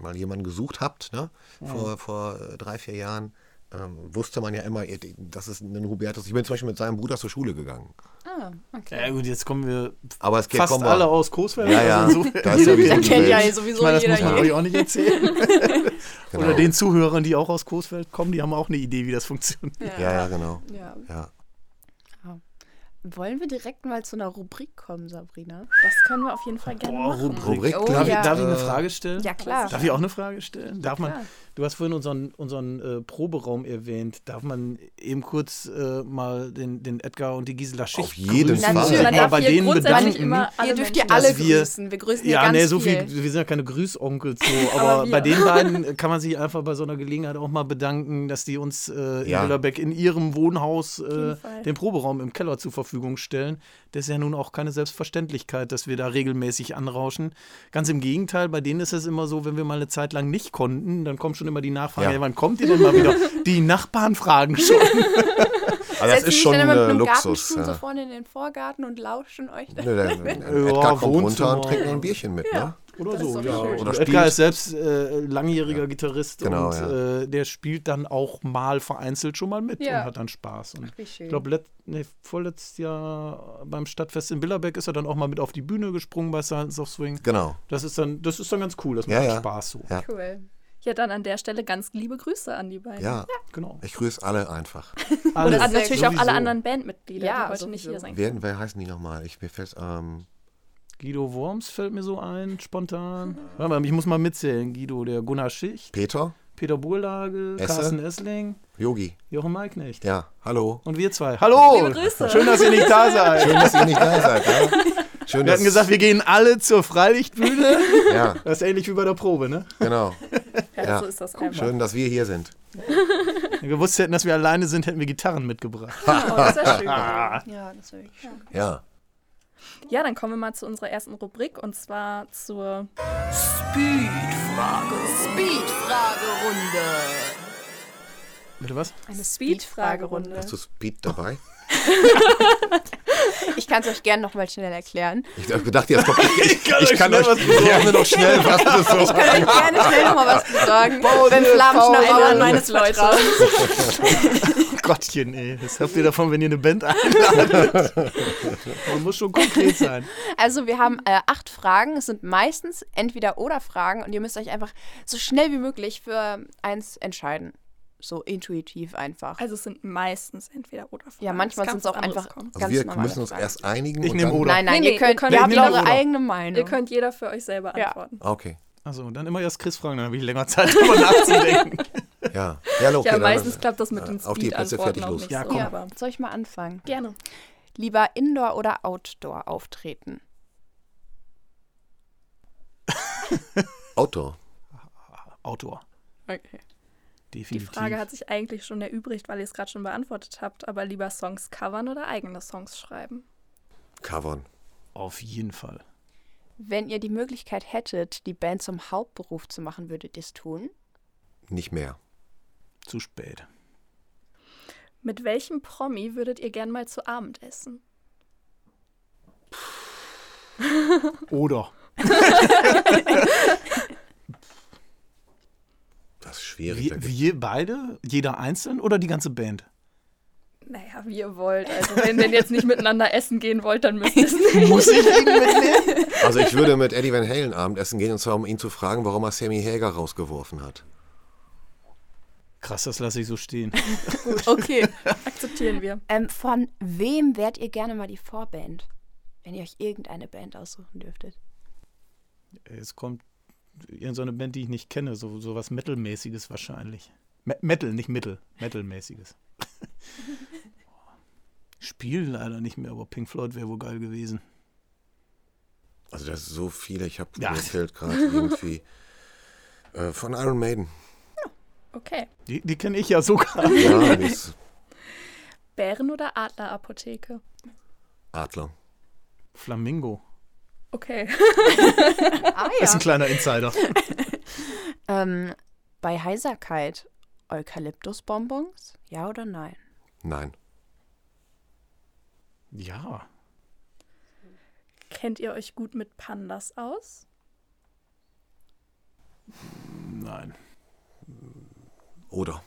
Speaker 3: mal jemanden gesucht habt, ne? vor, vor äh, drei, vier Jahren. Ähm, wusste man ja immer, ihr- das ist ein Hubertus. Ich bin zum Beispiel mit seinem Bruder zur Schule gegangen.
Speaker 2: Ah,
Speaker 4: Ja
Speaker 2: okay.
Speaker 4: gut, jetzt kommen wir
Speaker 3: Aber es geht Genau.
Speaker 4: fast
Speaker 3: kommen wir-
Speaker 4: alle aus Coesfeld.
Speaker 3: Ja, ja.
Speaker 4: Also insofern-
Speaker 3: Da ist sowieso
Speaker 2: Ja,
Speaker 3: die
Speaker 2: kennt ja
Speaker 3: Welt.
Speaker 4: ich
Speaker 2: sowieso
Speaker 4: meine, das
Speaker 2: jeder
Speaker 4: muss man
Speaker 2: hier.
Speaker 4: euch auch nicht erzählen.
Speaker 3: Genau.
Speaker 4: Oder den Zuhörern, die auch aus Coesfeld kommen, die haben auch eine Idee, wie das funktioniert.
Speaker 3: Ja, ja, genau.
Speaker 1: Ja,
Speaker 3: Ja.
Speaker 2: Wollen wir direkt mal zu einer Rubrik kommen, Sabrina?
Speaker 1: das können wir auf jeden Fall gerne machen.
Speaker 3: Rubrik,
Speaker 2: Oh,
Speaker 3: glaub ich,
Speaker 2: ja.
Speaker 4: Darf ich eine
Speaker 3: äh,
Speaker 4: Frage stellen?
Speaker 2: Ja, klar.
Speaker 4: Darf ich auch eine Frage stellen? Darf man,
Speaker 2: klar.
Speaker 4: du hast vorhin unseren, unseren äh, Proberaum erwähnt. Darf man eben kurz äh, mal den, den Edgar und die Gisela Schicht
Speaker 3: Auf jeden
Speaker 4: grüßen?
Speaker 3: Fall.
Speaker 4: Und
Speaker 3: Man
Speaker 4: mal
Speaker 1: darf
Speaker 4: bei
Speaker 1: hier
Speaker 4: denen
Speaker 1: grundsätzlich
Speaker 4: bedanken.
Speaker 1: immer
Speaker 3: mhm.
Speaker 1: alle
Speaker 2: Ihr dürft
Speaker 1: Menschen
Speaker 2: ja alle
Speaker 4: dass wir-
Speaker 2: grüßen. Wir grüßen ja,
Speaker 4: ja,
Speaker 2: ganz
Speaker 4: nee, so viel.
Speaker 2: viel.
Speaker 4: wir sind ja keine Grüßonkels so, aber,
Speaker 1: wir.
Speaker 4: bei den beiden kann man sich einfach bei so einer Gelegenheit auch mal bedanken, dass die uns äh, in
Speaker 3: Ja.
Speaker 4: Müllerbeck in ihrem Wohnhaus äh,
Speaker 1: Fall.
Speaker 4: den Proberaum im Keller zur Verfügung stellen. Das ist ja nun auch keine Selbstverständlichkeit, dass wir da regelmäßig anrauschen. Ganz im Gegenteil, bei denen ist es immer so, wenn wir mal eine Zeit lang nicht konnten, dann kommt schon immer die Nachfrage,
Speaker 3: Ja.
Speaker 4: "Hey, wann kommt ihr denn mal wieder? die Nachbarn fragen schon.
Speaker 3: Also das ist schon
Speaker 2: dann
Speaker 3: äh,
Speaker 2: einem
Speaker 3: Luxus.
Speaker 2: Gartenstuhl so
Speaker 3: Ja.
Speaker 2: vorne in den Vorgarten und lauschen euch dann.
Speaker 3: Nö, der, der
Speaker 4: Ja,
Speaker 3: Edgar kommt runter
Speaker 4: Wohnzimmer.
Speaker 3: und trinkt noch ein Bierchen mit, ne?
Speaker 4: Oder
Speaker 1: Das ist
Speaker 4: so,
Speaker 1: doch
Speaker 4: ja.
Speaker 1: schön.
Speaker 3: Oder
Speaker 4: Edgar
Speaker 3: spielt.
Speaker 4: ist selbst äh, langjähriger Gitarrist
Speaker 3: Genau,
Speaker 4: und
Speaker 3: ja.
Speaker 4: äh, der spielt dann auch mal vereinzelt schon mal mit
Speaker 2: Ja.
Speaker 4: und hat dann Spaß. Und
Speaker 2: Wie schön.
Speaker 4: ich glaube, nee, vorletztes Jahr beim Stadtfest in Billerbeck ist er dann auch mal mit auf die Bühne gesprungen bei Science of Swing.
Speaker 3: Genau.
Speaker 4: Das ist dann, das ist dann ganz cool, das
Speaker 3: Ja,
Speaker 4: macht
Speaker 3: ja.
Speaker 4: Spaß so.
Speaker 3: Ja.
Speaker 2: cool.
Speaker 1: Ja, dann an der Stelle ganz liebe Grüße an die beiden.
Speaker 3: Ja,
Speaker 4: Genau.
Speaker 3: ich grüße alle einfach.
Speaker 4: Alles.
Speaker 3: also-
Speaker 1: Und an natürlich auch alle
Speaker 4: Sowieso.
Speaker 1: anderen Bandmitglieder,
Speaker 2: Ja,
Speaker 1: die heute
Speaker 2: sowieso.
Speaker 1: nicht hier sein können.
Speaker 3: Wer, wer heißen die nochmal? Ich mir fällt, ähm,
Speaker 4: Guido Worms fällt mir so ein, spontan. Warte mal, ich muss mal mitzählen. Guido, der Gunnar Schicht,
Speaker 3: Peter,
Speaker 4: Peter Burlage,
Speaker 3: Esse.
Speaker 4: Carsten Essling,
Speaker 3: Yogi.
Speaker 4: Jochen Maiknecht.
Speaker 3: Ja, hallo.
Speaker 4: Und wir zwei. Hallo!
Speaker 1: Liebe Grüße.
Speaker 4: Schön, dass ihr nicht da seid.
Speaker 3: Schön, dass ihr nicht da seid. Ja? Schön,
Speaker 4: Wir hatten gesagt, wir gehen alle zur Freilichtbühne.
Speaker 3: Ja,
Speaker 4: Das ist ähnlich wie bei der Probe, ne?
Speaker 3: genau.
Speaker 1: Ja,
Speaker 3: Ja.
Speaker 1: so ist das einfach.
Speaker 3: Schön, dass wir hier sind.
Speaker 4: Wenn wir gewusst hätten, dass wir alleine sind, hätten wir Gitarren mitgebracht.
Speaker 1: Oh, das ist ja schön.
Speaker 2: Ja, das wäre wirklich schön.
Speaker 3: Ja.
Speaker 1: Ja, dann kommen wir mal zu unserer ersten Rubrik und zwar zur
Speaker 4: Bitte was?
Speaker 2: Eine
Speaker 1: Speed-Fragerunde.
Speaker 3: Hast du Speed dabei?
Speaker 2: Ich kann es euch gerne nochmal schnell erklären.
Speaker 3: Ich dachte, jetzt kommt. Ich,
Speaker 4: kann euch schnell was
Speaker 3: besorgen. mir noch schnell was besorgen.
Speaker 2: Ich kann euch gerne schnell nochmal was besorgen. Wenn
Speaker 1: Ein
Speaker 2: Flammenschnapper
Speaker 1: Mann
Speaker 2: an meines
Speaker 1: Leute.
Speaker 2: Leute.
Speaker 4: Oh Gottchen, ey. Was habt ihr davon, wenn ihr eine Band einladet? Man muss schon konkret sein.
Speaker 2: Also wir haben äh, acht Fragen. Es sind meistens entweder oder Fragen und ihr müsst euch einfach so schnell wie möglich für eins entscheiden. so intuitiv einfach.
Speaker 1: Also es sind meistens entweder oder Fragen.
Speaker 2: ja, manchmal
Speaker 1: Es kann
Speaker 2: sind es auch
Speaker 1: was anderes
Speaker 2: einfach
Speaker 1: kommen.
Speaker 3: Also
Speaker 2: ganz
Speaker 3: wir
Speaker 2: normale
Speaker 3: müssen uns
Speaker 2: Fragen.
Speaker 3: erst einigen.
Speaker 4: Ich
Speaker 3: und
Speaker 4: nehme
Speaker 3: dann-
Speaker 4: oder.
Speaker 2: Nein, nein,
Speaker 1: Nee, nee,
Speaker 2: ihr könnt,
Speaker 1: ihr könnt
Speaker 2: ihr habt
Speaker 4: jeder
Speaker 2: eure
Speaker 4: oder.
Speaker 2: eigene Meinung.
Speaker 1: Ihr könnt jeder für euch selber
Speaker 2: Ja.
Speaker 1: antworten.
Speaker 3: Ah, Okay,
Speaker 4: Also, dann immer erst Chris fragen, dann habe ich länger Zeit, drüber nachzudenken.
Speaker 3: ja. Ja, okay,
Speaker 1: ja,
Speaker 3: dann-
Speaker 1: meistens klappt das mit
Speaker 3: Ja,
Speaker 1: den
Speaker 3: auf die Plätze
Speaker 1: Speed-Antworten
Speaker 3: fertig
Speaker 1: auch
Speaker 3: los.
Speaker 1: nicht
Speaker 4: Ja,
Speaker 1: so.
Speaker 4: komm.
Speaker 1: Aber
Speaker 2: ja, soll ich mal anfangen?
Speaker 1: gerne.
Speaker 2: Lieber Indoor oder Outdoor auftreten?
Speaker 3: Outdoor.
Speaker 4: Autor,
Speaker 1: Okay. Die
Speaker 4: definitiv.
Speaker 1: Frage hat sich eigentlich schon erübrigt, weil ihr es gerade schon beantwortet habt, aber lieber Songs covern oder eigene Songs schreiben?
Speaker 3: Covern.
Speaker 4: Auf jeden Fall.
Speaker 2: Wenn ihr die Möglichkeit hättet, die Band zum Hauptberuf zu machen, würdet ihr es tun?
Speaker 3: Nicht mehr.
Speaker 4: Zu spät.
Speaker 1: Mit welchem Promi würdet ihr gern mal zu Abend essen?
Speaker 4: Oder.
Speaker 3: Das ist schwierig.
Speaker 4: Wir,
Speaker 3: da gibt's-
Speaker 4: wir beide? Jeder einzeln oder die ganze Band?
Speaker 1: Naja, wie ihr wollt. Also wenn ihr jetzt nicht miteinander essen gehen wollt, dann müsst ihr es nicht.
Speaker 4: Muss ich irgendwie mitnehmen?
Speaker 3: Also ich würde mit Eddie Van Halen Abendessen gehen, und zwar um ihn zu fragen, warum er Sammy Hager rausgeworfen hat.
Speaker 4: Krass, das lasse ich so stehen.
Speaker 2: Okay.
Speaker 1: Akzeptieren wir.
Speaker 2: ähm, von wem wärt ihr gerne mal die Vorband? Wenn ihr euch irgendeine Band aussuchen dürftet.
Speaker 4: Jetzt kommt irgendeine Band, die ich nicht kenne. So, so was Metal-mäßiges wahrscheinlich. Me Metal, nicht Mittel. Metal-mäßiges. Spielen leider nicht mehr, aber Pink Floyd wäre wohl geil gewesen.
Speaker 3: Also das sind so viele, ich habe
Speaker 4: Ja.
Speaker 3: ja. erzählt gerade irgendwie. Äh, von Iron Maiden.
Speaker 1: Okay.
Speaker 4: Die, die kenne ich ja sogar.
Speaker 3: Ja, das
Speaker 1: Bären- oder Adlerapotheke?
Speaker 3: Adler.
Speaker 4: Flamingo.
Speaker 1: Okay.
Speaker 2: Ah
Speaker 4: Ist ein kleiner Insider.
Speaker 2: Ähm, bei Heiserkeit Eukalyptusbonbons? Ja oder nein?
Speaker 3: Nein.
Speaker 4: Ja.
Speaker 1: Kennt ihr euch gut mit Pandas aus?
Speaker 4: Nein.
Speaker 3: Oder.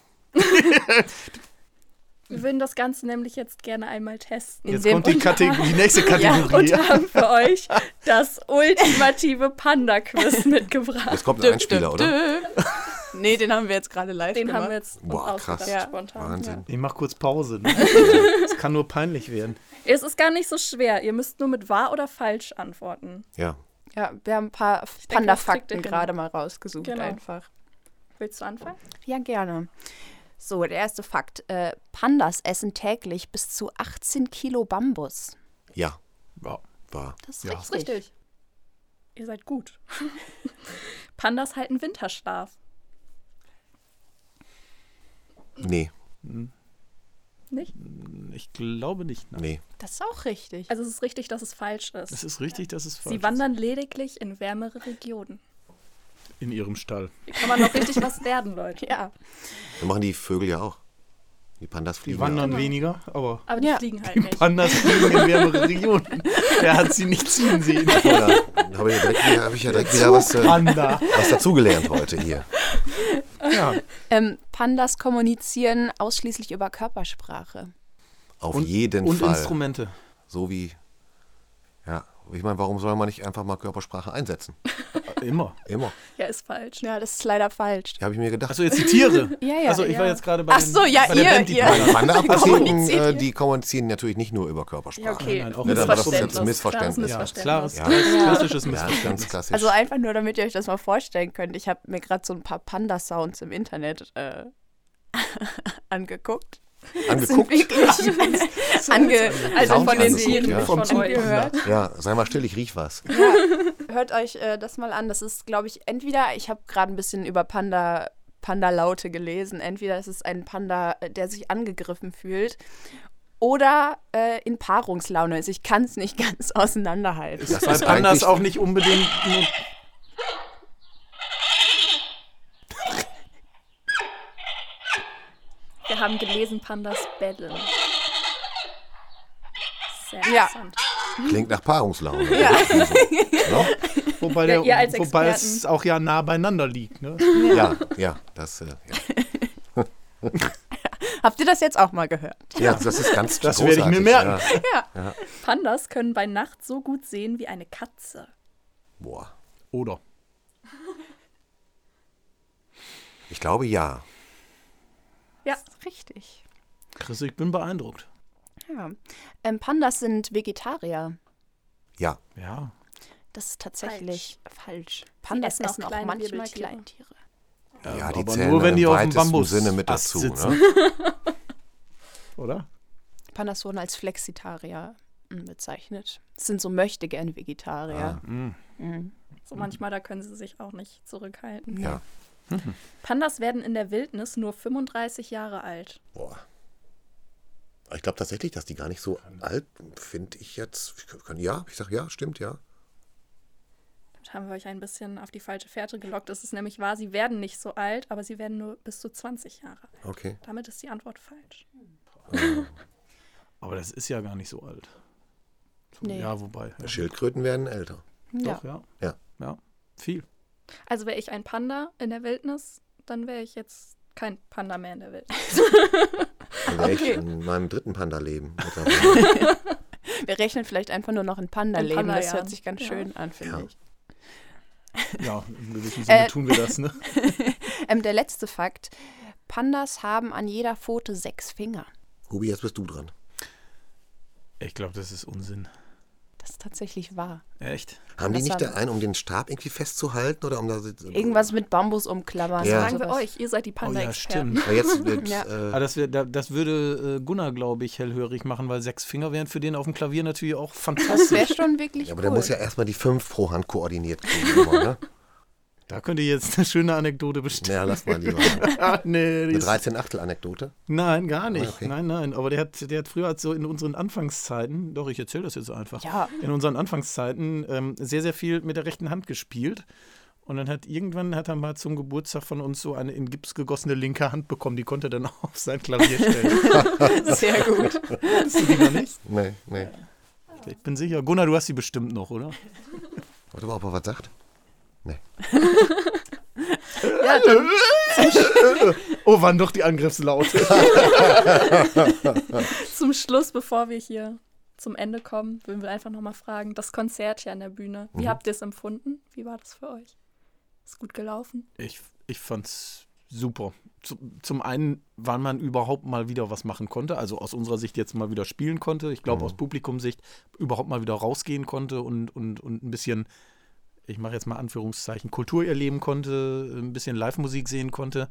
Speaker 1: Wir würden das Ganze nämlich jetzt gerne einmal testen.
Speaker 4: Jetzt
Speaker 2: dem
Speaker 4: kommt die, Kategor die nächste Kategorie.
Speaker 1: Und haben für euch das ultimative Panda-Quiz mitgebracht.
Speaker 3: Jetzt kommt ein Einspieler, oder?
Speaker 2: Nee, den haben wir jetzt gerade live
Speaker 1: Den haben wir jetzt uns
Speaker 3: Boah, krass.
Speaker 1: ausgedacht,
Speaker 2: Ja.
Speaker 1: spontan.
Speaker 3: Wahnsinn.
Speaker 4: Ich mach kurz Pause. Ne? Es kann nur peinlich werden.
Speaker 1: Ja. Es ist gar nicht so schwer. Ihr müsst nur mit wahr oder falsch antworten.
Speaker 3: Ja.
Speaker 2: Ja, wir haben ein paar
Speaker 1: denke, das kriegt ihr
Speaker 2: Panda-Fakten
Speaker 1: hin.
Speaker 2: gerade mal rausgesucht
Speaker 1: Genau.
Speaker 2: einfach.
Speaker 1: Willst du anfangen?
Speaker 2: Ja, gerne. So, der erste Fakt. Äh, Pandas essen täglich bis zu 18 Kilo Bambus.
Speaker 3: Ja.
Speaker 4: Ja.
Speaker 3: War.
Speaker 2: Das ist
Speaker 4: Ja.
Speaker 2: richtig.
Speaker 1: Ihr seid gut. Pandas halten Winterschlaf.
Speaker 3: Nee.
Speaker 1: Nicht?
Speaker 4: Ich glaube nicht. Nein.
Speaker 3: Nee.
Speaker 2: Das ist auch richtig.
Speaker 1: Also es ist richtig, dass es falsch
Speaker 4: Es
Speaker 1: ist.
Speaker 4: ist richtig, das ist falsch.
Speaker 1: Sie wandern lediglich in wärmere Regionen.
Speaker 4: ist. in ihrem Stall.
Speaker 1: Hier kann man noch richtig was werden, Leute.
Speaker 2: ja.
Speaker 3: Dann machen die Vögel ja auch. Die Pandas
Speaker 4: Die
Speaker 3: fliegen.
Speaker 4: wandern
Speaker 3: ja.
Speaker 4: weniger, aber
Speaker 1: Aber die
Speaker 2: Ja.
Speaker 1: fliegen halt nicht.
Speaker 4: Pandas fliegen in wärmere Regionen. Wer hat sie nicht ziehen sehen?
Speaker 3: auch. Ja, da habe ich ja direkt wieder, hab ich ja direkt wieder was, äh,
Speaker 4: Panda.
Speaker 3: was dazugelernt heute hier.
Speaker 4: Ja.
Speaker 2: Ähm, Pandas kommunizieren ausschließlich über Körpersprache.
Speaker 3: Auf
Speaker 4: Und,
Speaker 3: jeden
Speaker 4: und
Speaker 3: Fall.
Speaker 4: Instrumente.
Speaker 3: So wie. Ja. Ich meine, warum soll man nicht einfach mal Körpersprache einsetzen?
Speaker 4: Immer.
Speaker 3: Immer.
Speaker 1: Ja, ist falsch. ne?
Speaker 2: Ja, das ist leider falsch.
Speaker 3: Ja, habe ich mir gedacht.
Speaker 4: Achso, jetzt die Tiere.
Speaker 2: Ja, ja,
Speaker 4: Also ich war
Speaker 1: ja.
Speaker 4: jetzt gerade bei,
Speaker 2: Ach
Speaker 4: den-
Speaker 2: so, ja,
Speaker 4: bei der
Speaker 2: ihr,
Speaker 4: Band, die
Speaker 2: ihr.
Speaker 4: Panda-
Speaker 3: Wanderapathiken,
Speaker 2: Kommuniziert
Speaker 3: äh,
Speaker 2: ihr?
Speaker 3: die kommunizieren natürlich nicht nur über Körpersprache.
Speaker 1: Ja, okay.
Speaker 4: Nein, nein, auch
Speaker 1: Ja,
Speaker 4: das war
Speaker 1: das ist jetzt ein Missverständnis.
Speaker 3: Missverständnis.
Speaker 4: Ja,
Speaker 1: Missverständnis.
Speaker 4: klares,
Speaker 3: Ja.
Speaker 4: klares klassisches
Speaker 3: Ja, ganz
Speaker 4: Missverständnis.
Speaker 3: klassisch.
Speaker 2: Also einfach nur, damit ihr euch das mal vorstellen könnt. Ich habe mir gerade so ein paar Panda-Sounds im Internet äh, angeguckt. Sind
Speaker 3: Angeguckt.
Speaker 2: wirklich ange also
Speaker 3: Sounds
Speaker 2: von den
Speaker 3: angeguckt,
Speaker 2: Tieren
Speaker 3: ja.
Speaker 2: von
Speaker 1: Vom
Speaker 2: euch.
Speaker 4: Panda.
Speaker 2: gehört.
Speaker 3: Ja, sei mal still, ich riech was.
Speaker 2: Hört euch äh, das mal an. Das ist, glaube ich, entweder, ich habe gerade ein bisschen über Panda. Panda-Laute gelesen. Entweder ist es ein Panda, äh, der sich angegriffen fühlt oder äh, in Paarungslaune ist. Ich kann es nicht ganz auseinanderhalten.
Speaker 3: Das
Speaker 4: Weil
Speaker 3: ist
Speaker 4: Pandas
Speaker 3: eigentlich,
Speaker 4: auch nicht unbedingt nur
Speaker 1: Wir haben gelesen, Pandas bellen. Sehr
Speaker 2: Ja.
Speaker 1: interessant.
Speaker 3: klingt nach Paarungslaune.
Speaker 2: Ja.
Speaker 3: Ne?
Speaker 4: Wobei,
Speaker 1: Ja,
Speaker 4: der,
Speaker 1: ihr als
Speaker 4: wobei
Speaker 1: Experten.
Speaker 4: es auch ja nah beieinander liegt. Ne?
Speaker 3: ja, ja, das, äh, ja.
Speaker 2: Habt ihr das jetzt auch mal gehört?
Speaker 3: ja, das ist ganz
Speaker 4: Das werde
Speaker 3: großartig.
Speaker 4: ich mir merken.
Speaker 3: Ja.
Speaker 1: Pandas können bei Nacht so gut sehen wie eine Katze.
Speaker 3: Boah,
Speaker 4: Oder.
Speaker 3: ich glaube ja.
Speaker 1: Ja.
Speaker 2: Das ist richtig.
Speaker 4: Chris, ich bin beeindruckt.
Speaker 2: Ja. Ähm, Pandas sind Vegetarier.
Speaker 3: Ja,
Speaker 4: Ja.
Speaker 2: Das ist tatsächlich falsch. Pandas
Speaker 1: essen auch
Speaker 2: essen auch,
Speaker 1: kleine
Speaker 2: manchmal
Speaker 1: Wirbeltiere.
Speaker 2: Kleintiere.
Speaker 3: ja,
Speaker 4: aber
Speaker 3: die
Speaker 4: nur,
Speaker 3: zählen
Speaker 4: wenn
Speaker 3: im
Speaker 4: die auf dem
Speaker 3: weitesten
Speaker 4: Bambus
Speaker 3: Sinne mit
Speaker 4: Ast
Speaker 3: dazu.
Speaker 4: sitzen.
Speaker 3: Ne?
Speaker 4: Oder?
Speaker 2: Pandas wurden als Flexitarier mm, bezeichnet. Das sind so möchte gern
Speaker 3: Ah,
Speaker 2: Vegetarier. Mhm.
Speaker 1: So manchmal, da können sie sich auch nicht zurückhalten.
Speaker 3: Ja.
Speaker 1: Pandas werden in der Wildnis nur 35 Jahre alt.
Speaker 3: Boah. Ich glaube tatsächlich, dass die gar nicht so alt finde ich jetzt. Ich kann, ja, ich sag ja, stimmt, ja.
Speaker 1: Damit haben wir euch ein bisschen auf die falsche Fährte gelockt. Es ist nämlich wahr, sie werden nicht so alt, aber sie werden nur bis zu 20 Jahre alt.
Speaker 3: Okay.
Speaker 1: Damit ist die Antwort falsch.
Speaker 4: Aber das ist ja gar nicht so alt. So,
Speaker 2: Nee.
Speaker 4: Ja, wobei. Ja.
Speaker 3: Schildkröten werden älter.
Speaker 2: Ja.
Speaker 4: Doch, ja.
Speaker 3: hm, Ja.
Speaker 4: Ja. Viel.
Speaker 1: Also wäre ich ein Panda in der Wildnis, dann wäre ich jetzt kein Panda mehr in der Wildnis.
Speaker 3: Dann wär
Speaker 2: Okay.
Speaker 3: ich Also in meinem dritten Panda-Leben.
Speaker 2: Wir rechnen vielleicht einfach nur noch in Panda-Leben.
Speaker 1: In
Speaker 2: das
Speaker 1: Panda-Jahren.
Speaker 2: hört sich ganz
Speaker 1: Ja.
Speaker 2: schön an, finde
Speaker 3: Ja.
Speaker 2: ich.
Speaker 4: Ja, im gewissen Sinne
Speaker 2: Äh.
Speaker 4: tun wir das, ne?
Speaker 2: Ähm, der letzte Fakt. Pandas haben an jeder Pfote sechs Finger.
Speaker 3: Hubi, jetzt bist du dran.
Speaker 4: Ich glaube, das ist Unsinn.
Speaker 2: Das ist tatsächlich wahr.
Speaker 4: Echt?
Speaker 3: Haben die
Speaker 2: Das
Speaker 3: nicht
Speaker 2: war-
Speaker 3: da einen, um den Stab irgendwie festzuhalten oder um da
Speaker 2: Irgendwas mit Bambus umklammern.
Speaker 3: Ja.
Speaker 2: oder
Speaker 1: Fragen wir
Speaker 2: sowas.
Speaker 1: euch, ihr seid die
Speaker 4: Oh ja,
Speaker 1: Panda-Experten.
Speaker 4: stimmt.
Speaker 3: Aber jetzt mit,
Speaker 2: Ja.
Speaker 4: Ah,
Speaker 3: äh,
Speaker 4: das, wär, da, das würde äh, Gunnar, glaube ich, hellhörig machen, weil sechs Finger wären für den auf dem Klavier natürlich auch
Speaker 2: Das wäre
Speaker 4: fantastisch.
Speaker 2: schon wirklich
Speaker 3: ja, aber
Speaker 2: cool.
Speaker 3: der muss ja erstmal die fünf pro Hand koordiniert kriegen. aber, ne?
Speaker 4: da könnt ihr jetzt eine schöne Anekdote bestellen.
Speaker 3: Naja, lass mal lieber.
Speaker 4: Ah, nee, die
Speaker 3: Eine
Speaker 4: ist,
Speaker 3: 13-Achtel-Anekdote.
Speaker 4: nein, gar nicht.
Speaker 3: Okay.
Speaker 4: Nein, nein. Aber der hat, der hat früher als so in unseren Anfangszeiten, doch, ich erzähle das jetzt einfach.
Speaker 2: Ja.
Speaker 4: In unseren Anfangszeiten ähm, sehr, sehr viel mit der rechten Hand gespielt. Und dann hat irgendwann hat er mal zum Geburtstag von uns so eine in Gips gegossene linke Hand bekommen. Die konnte er dann auch auf sein Klavier stellen.
Speaker 2: sehr gut.
Speaker 4: Hast du die noch nicht?
Speaker 3: Nee, nee.
Speaker 4: Ich bin sicher. Gunnar, du hast sie bestimmt noch, oder?
Speaker 3: Warte mal, ob er was sagt.
Speaker 2: Ja, dann,
Speaker 4: Oh, waren doch die Angriffslaute.
Speaker 1: Zum Schluss, bevor wir hier zum Ende kommen, würden wir einfach nochmal fragen, das Konzert hier an der Bühne,
Speaker 4: Mhm.
Speaker 1: wie habt ihr es empfunden? Wie war das für euch? Ist gut gelaufen?
Speaker 4: Ich, ich fand's super. Zu- Zum einen, wann man überhaupt mal wieder was machen konnte, also aus unserer Sicht jetzt mal wieder spielen konnte. Ich glaube, aus Publikumssicht überhaupt mal wieder rausgehen konnte und, und, und ein bisschen, ich mache jetzt mal Anführungszeichen, Kultur erleben konnte, ein bisschen Live-Musik sehen konnte.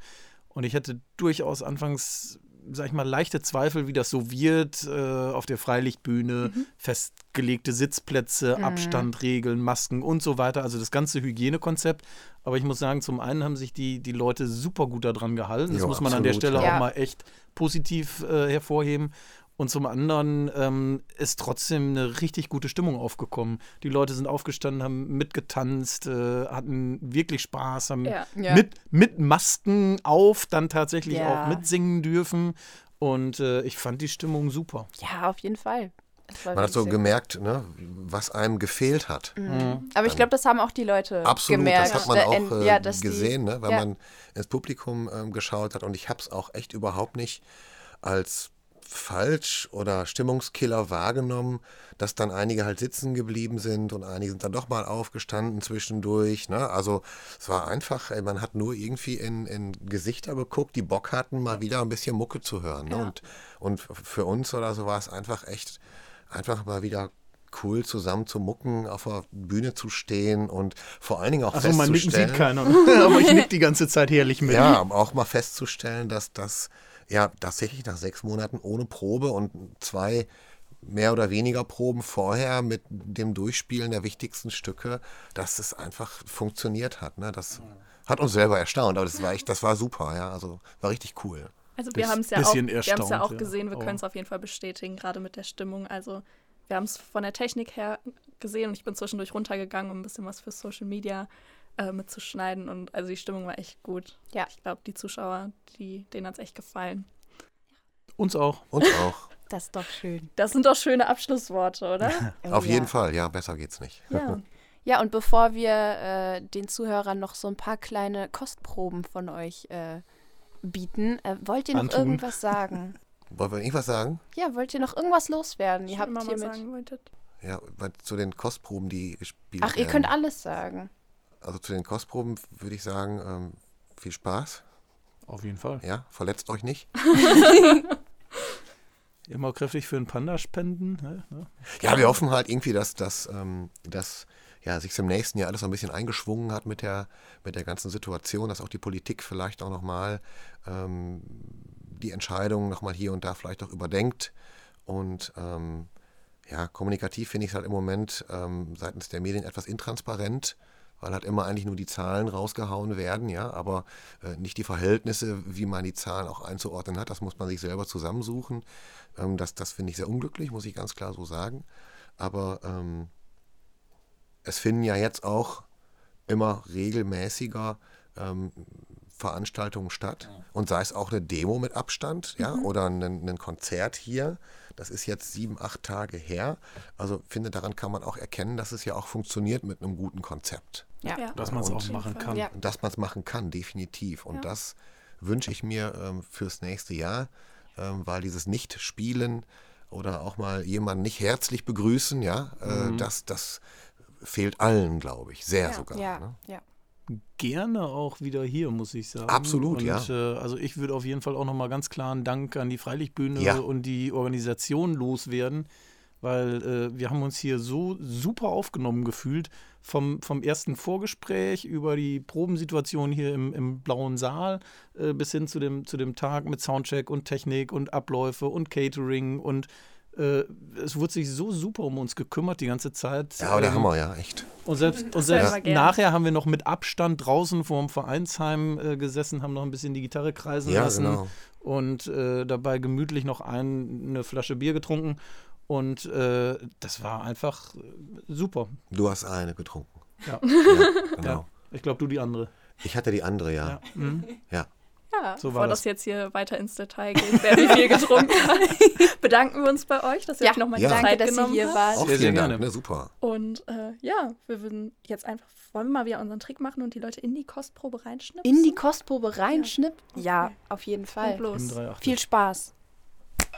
Speaker 4: Und ich hatte durchaus anfangs, sag ich mal, leichte Zweifel, wie das so wird, äh, auf der Freilichtbühne, festgelegte Sitzplätze, Abstandregeln, Masken und so weiter, also das ganze Hygienekonzept. Aber ich muss sagen, zum einen haben sich die, die Leute super gut daran gehalten. Das
Speaker 3: Ja,
Speaker 4: muss man an der
Speaker 3: absolut,
Speaker 2: ja.
Speaker 4: Stelle auch
Speaker 2: Ja.
Speaker 4: mal echt positiv äh, hervorheben. Und zum anderen ähm, ist trotzdem eine richtig gute Stimmung aufgekommen. Die Leute sind aufgestanden, haben mitgetanzt, äh, hatten wirklich Spaß, haben
Speaker 1: Ja.
Speaker 2: Ja.
Speaker 4: Mit, mit Masken auf dann tatsächlich
Speaker 2: Ja.
Speaker 4: auch mitsingen dürfen. Und äh, ich fand die Stimmung super.
Speaker 2: ja, auf jeden Fall. Das war
Speaker 3: Man hat so
Speaker 2: wirklich
Speaker 3: gemerkt, ne, was einem gefehlt hat.
Speaker 2: sehr- Aber ich glaube, das haben auch die Leute
Speaker 3: Absolut,
Speaker 2: gemerkt.
Speaker 3: das hat man
Speaker 2: Da
Speaker 3: auch
Speaker 2: en-
Speaker 3: äh,
Speaker 2: ja, dass die-
Speaker 3: gesehen, ne, weil
Speaker 2: ja.
Speaker 3: man ins Publikum ähm, geschaut hat. Und ich habe es auch echt überhaupt nicht als falsch oder Stimmungskiller wahrgenommen, dass dann einige halt sitzen geblieben sind und einige sind dann doch mal aufgestanden zwischendurch. Ne? Also es war einfach, ey, man hat nur irgendwie in, in Gesichter geguckt, die Bock hatten, mal wieder ein bisschen Mucke zu hören. Ne? Und, und für uns oder so war es einfach echt, einfach mal wieder cool zusammen zu mucken, auf der Bühne zu stehen und vor allen Dingen auch
Speaker 4: Also mein Nicken
Speaker 3: festzustellen.
Speaker 4: sieht keiner. ne? Aber ich nick die ganze Zeit herrlich mit.
Speaker 3: Ja, um auch mal festzustellen, dass das ja tatsächlich nach sechs Monaten ohne Probe und zwei mehr oder weniger Proben vorher mit dem Durchspielen der wichtigsten Stücke, dass es einfach funktioniert hat. Ne? Das hat uns selber erstaunt, aber das war echt, das war super, ja. Also war richtig cool.
Speaker 1: Also wir
Speaker 4: Bis-
Speaker 1: haben es ja, auch-
Speaker 4: bisschen
Speaker 1: wir haben's ja
Speaker 4: erstaunt,
Speaker 1: auch
Speaker 4: ja. Oh.
Speaker 1: gesehen, wir
Speaker 4: Aber-
Speaker 1: können es auf jeden Fall bestätigen, gerade mit der Stimmung. Also wir haben es von der Technik her gesehen und ich bin zwischendurch runtergegangen, um ein bisschen was für Social Media äh, mitzuschneiden. Und also die Stimmung war echt gut.
Speaker 2: Ja.
Speaker 1: Ich glaube, die Zuschauer, die, denen hat es echt gefallen.
Speaker 4: Uns auch.
Speaker 3: Und auch.
Speaker 2: Das ist doch schön.
Speaker 1: Das sind doch schöne Abschlussworte, oder?
Speaker 2: Oh,
Speaker 3: Auf
Speaker 2: ja.
Speaker 3: jeden Fall, ja, besser geht's nicht.
Speaker 1: ja.
Speaker 2: Ja, und bevor wir äh, den Zuhörern noch so ein paar kleine Kostproben von euch äh, bieten, äh, wollt ihr noch
Speaker 4: Antun.
Speaker 2: irgendwas sagen?
Speaker 3: Wollen wir irgendwas sagen?
Speaker 2: ja, wollt ihr noch irgendwas loswerden? Ihr
Speaker 1: Ihr habt
Speaker 2: habt
Speaker 1: mal
Speaker 2: hier mit.
Speaker 1: sagen wolltet.
Speaker 3: Ja, weil zu den Kostproben, die gespielt
Speaker 2: Ach, ihr
Speaker 3: werden.
Speaker 2: könnt alles sagen.
Speaker 3: Also zu den Kostproben würde ich sagen, ähm, viel Spaß.
Speaker 4: Auf jeden Fall.
Speaker 3: Ja, verletzt euch nicht.
Speaker 4: Immer kräftig für einen Panda spenden. Ne? Ne?
Speaker 3: Ja, wir hoffen halt irgendwie, dass, dass, ähm, dass ja, sich im nächsten Jahr alles so ein bisschen eingeschwungen hat mit der, mit der ganzen Situation, dass auch die Politik vielleicht auch nochmal ähm, die Entscheidungen nochmal hier und da vielleicht auch überdenkt. Und ähm, ja, kommunikativ finde ich es halt im Moment ähm, seitens der Medien etwas intransparent, weil halt immer eigentlich nur die Zahlen rausgehauen werden, ja, aber äh, nicht die Verhältnisse, wie man die Zahlen auch einzuordnen hat. Das muss man sich selber zusammensuchen. Ähm, das das finde ich sehr unglücklich, muss ich ganz klar so sagen. Aber ähm, es finden ja jetzt auch immer regelmäßiger ähm, Veranstaltungen statt. Und sei es auch eine Demo mit Abstand, ja, oder ein, ein Konzert hier. Das ist jetzt sieben, acht Tage her. Also finde, daran kann man auch erkennen, dass es ja auch funktioniert mit einem guten Konzept.
Speaker 2: Ja.
Speaker 1: Ja.
Speaker 4: Dass man es
Speaker 3: Und-
Speaker 4: auch machen kann.
Speaker 2: Ja.
Speaker 3: Und dass man es machen kann, definitiv. Und
Speaker 1: Ja.
Speaker 3: das wünsche ich mir ähm, fürs nächste Jahr, ähm, weil dieses Nicht-Spielen oder auch mal jemanden nicht herzlich begrüßen, ja, äh, das, das fehlt allen, glaube ich, sehr sogar. Ne?
Speaker 2: Ja, ja.
Speaker 4: Gerne auch wieder hier, muss ich sagen.
Speaker 3: Absolut,
Speaker 4: und,
Speaker 3: ja.
Speaker 4: Äh, also ich würde auf jeden Fall auch nochmal ganz klaren Dank an die Freilichtbühne
Speaker 3: Ja.
Speaker 4: und die Organisation loswerden, weil äh, wir haben uns hier so super aufgenommen gefühlt. Vom, vom ersten Vorgespräch über die Probensituation hier im, im blauen Saal äh, bis hin zu dem, zu dem Tag mit Soundcheck und Technik und Abläufe und Catering und äh, es wurde sich so super um uns gekümmert die ganze Zeit.
Speaker 3: Ja, aber der
Speaker 4: Ähm,
Speaker 3: Hammer, ja, echt.
Speaker 4: und selbst, und
Speaker 1: hören wir
Speaker 4: selbst
Speaker 1: gerne.
Speaker 4: nachher haben wir noch mit Abstand draußen vor dem Vereinsheim äh, gesessen, haben noch ein bisschen die Gitarre kreisen
Speaker 3: Ja,
Speaker 4: lassen
Speaker 3: genau.
Speaker 4: und äh, dabei gemütlich noch ein, eine Flasche Bier getrunken. Und äh, das war einfach äh, super.
Speaker 3: Du hast eine getrunken.
Speaker 4: Ja.
Speaker 3: Genau.
Speaker 4: Ja. Ich glaube, du die andere.
Speaker 3: Ich hatte die andere, ja.
Speaker 4: Ja. Mhm.
Speaker 3: Ja.
Speaker 2: Ja.
Speaker 4: So war
Speaker 1: Bevor
Speaker 4: das.
Speaker 1: das jetzt hier weiter ins Detail geht, wer wie viel getrunken hat, bedanken wir uns bei euch, dass ihr
Speaker 2: Ja.
Speaker 1: euch nochmal
Speaker 3: Ja.
Speaker 1: die Zeit
Speaker 2: Danke, dass ihr
Speaker 1: genommen
Speaker 2: hier
Speaker 1: habt.
Speaker 2: wart.
Speaker 3: Auch
Speaker 4: sehr
Speaker 3: vielen
Speaker 4: gerne.
Speaker 3: Dank, ne? super.
Speaker 1: Und äh, ja, wir würden jetzt einfach, wollen wir mal wieder unseren Trick machen und die Leute in die Kostprobe reinschnippen?
Speaker 2: In die Kostprobe reinschnipp? Ja, auf jeden
Speaker 1: und
Speaker 2: Fall.
Speaker 4: Im
Speaker 1: los.
Speaker 4: 380.
Speaker 2: Viel Spaß.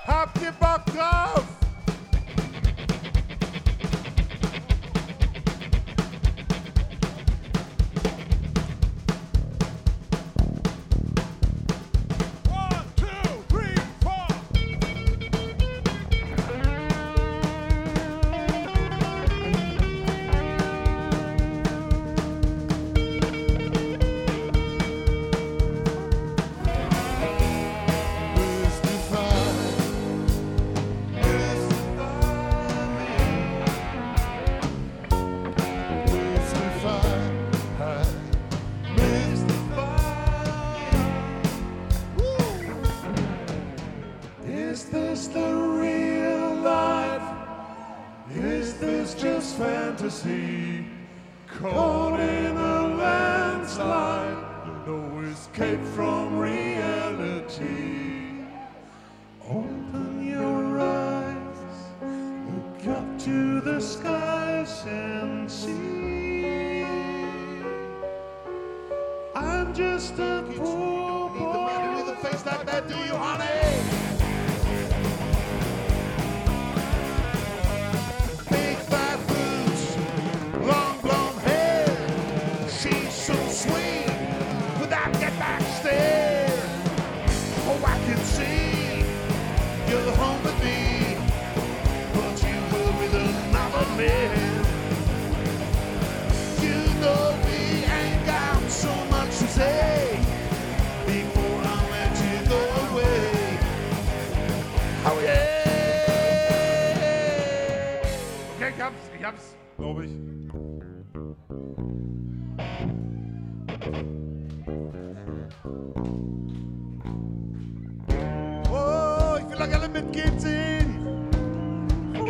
Speaker 5: Habt ihr Bock drauf? One, two, three, four. Is this the real life? Is this just fantasy? Caught in a landslide, no escape from reality. Open your eyes, look up to the skies and see. I'm just a poor boy. with a face like that, do you, honey? Big fat boots, long blonde hair. She's so sweet, but that get back stare. Oh, I can see you're home with me, but you were with another man. You know we ain't got so much to say before I let you go away. Oh yeah! Okay, ich hab's, ich hab's, glaube ich. Oh, ich will euch alle mitgehen sehen. Oh.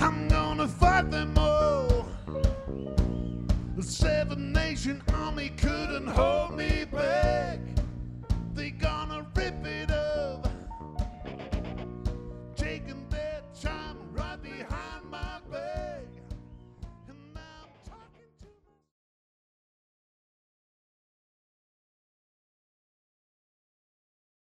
Speaker 5: I'm gonna fight them all. The Seven Nation Army couldn't hold.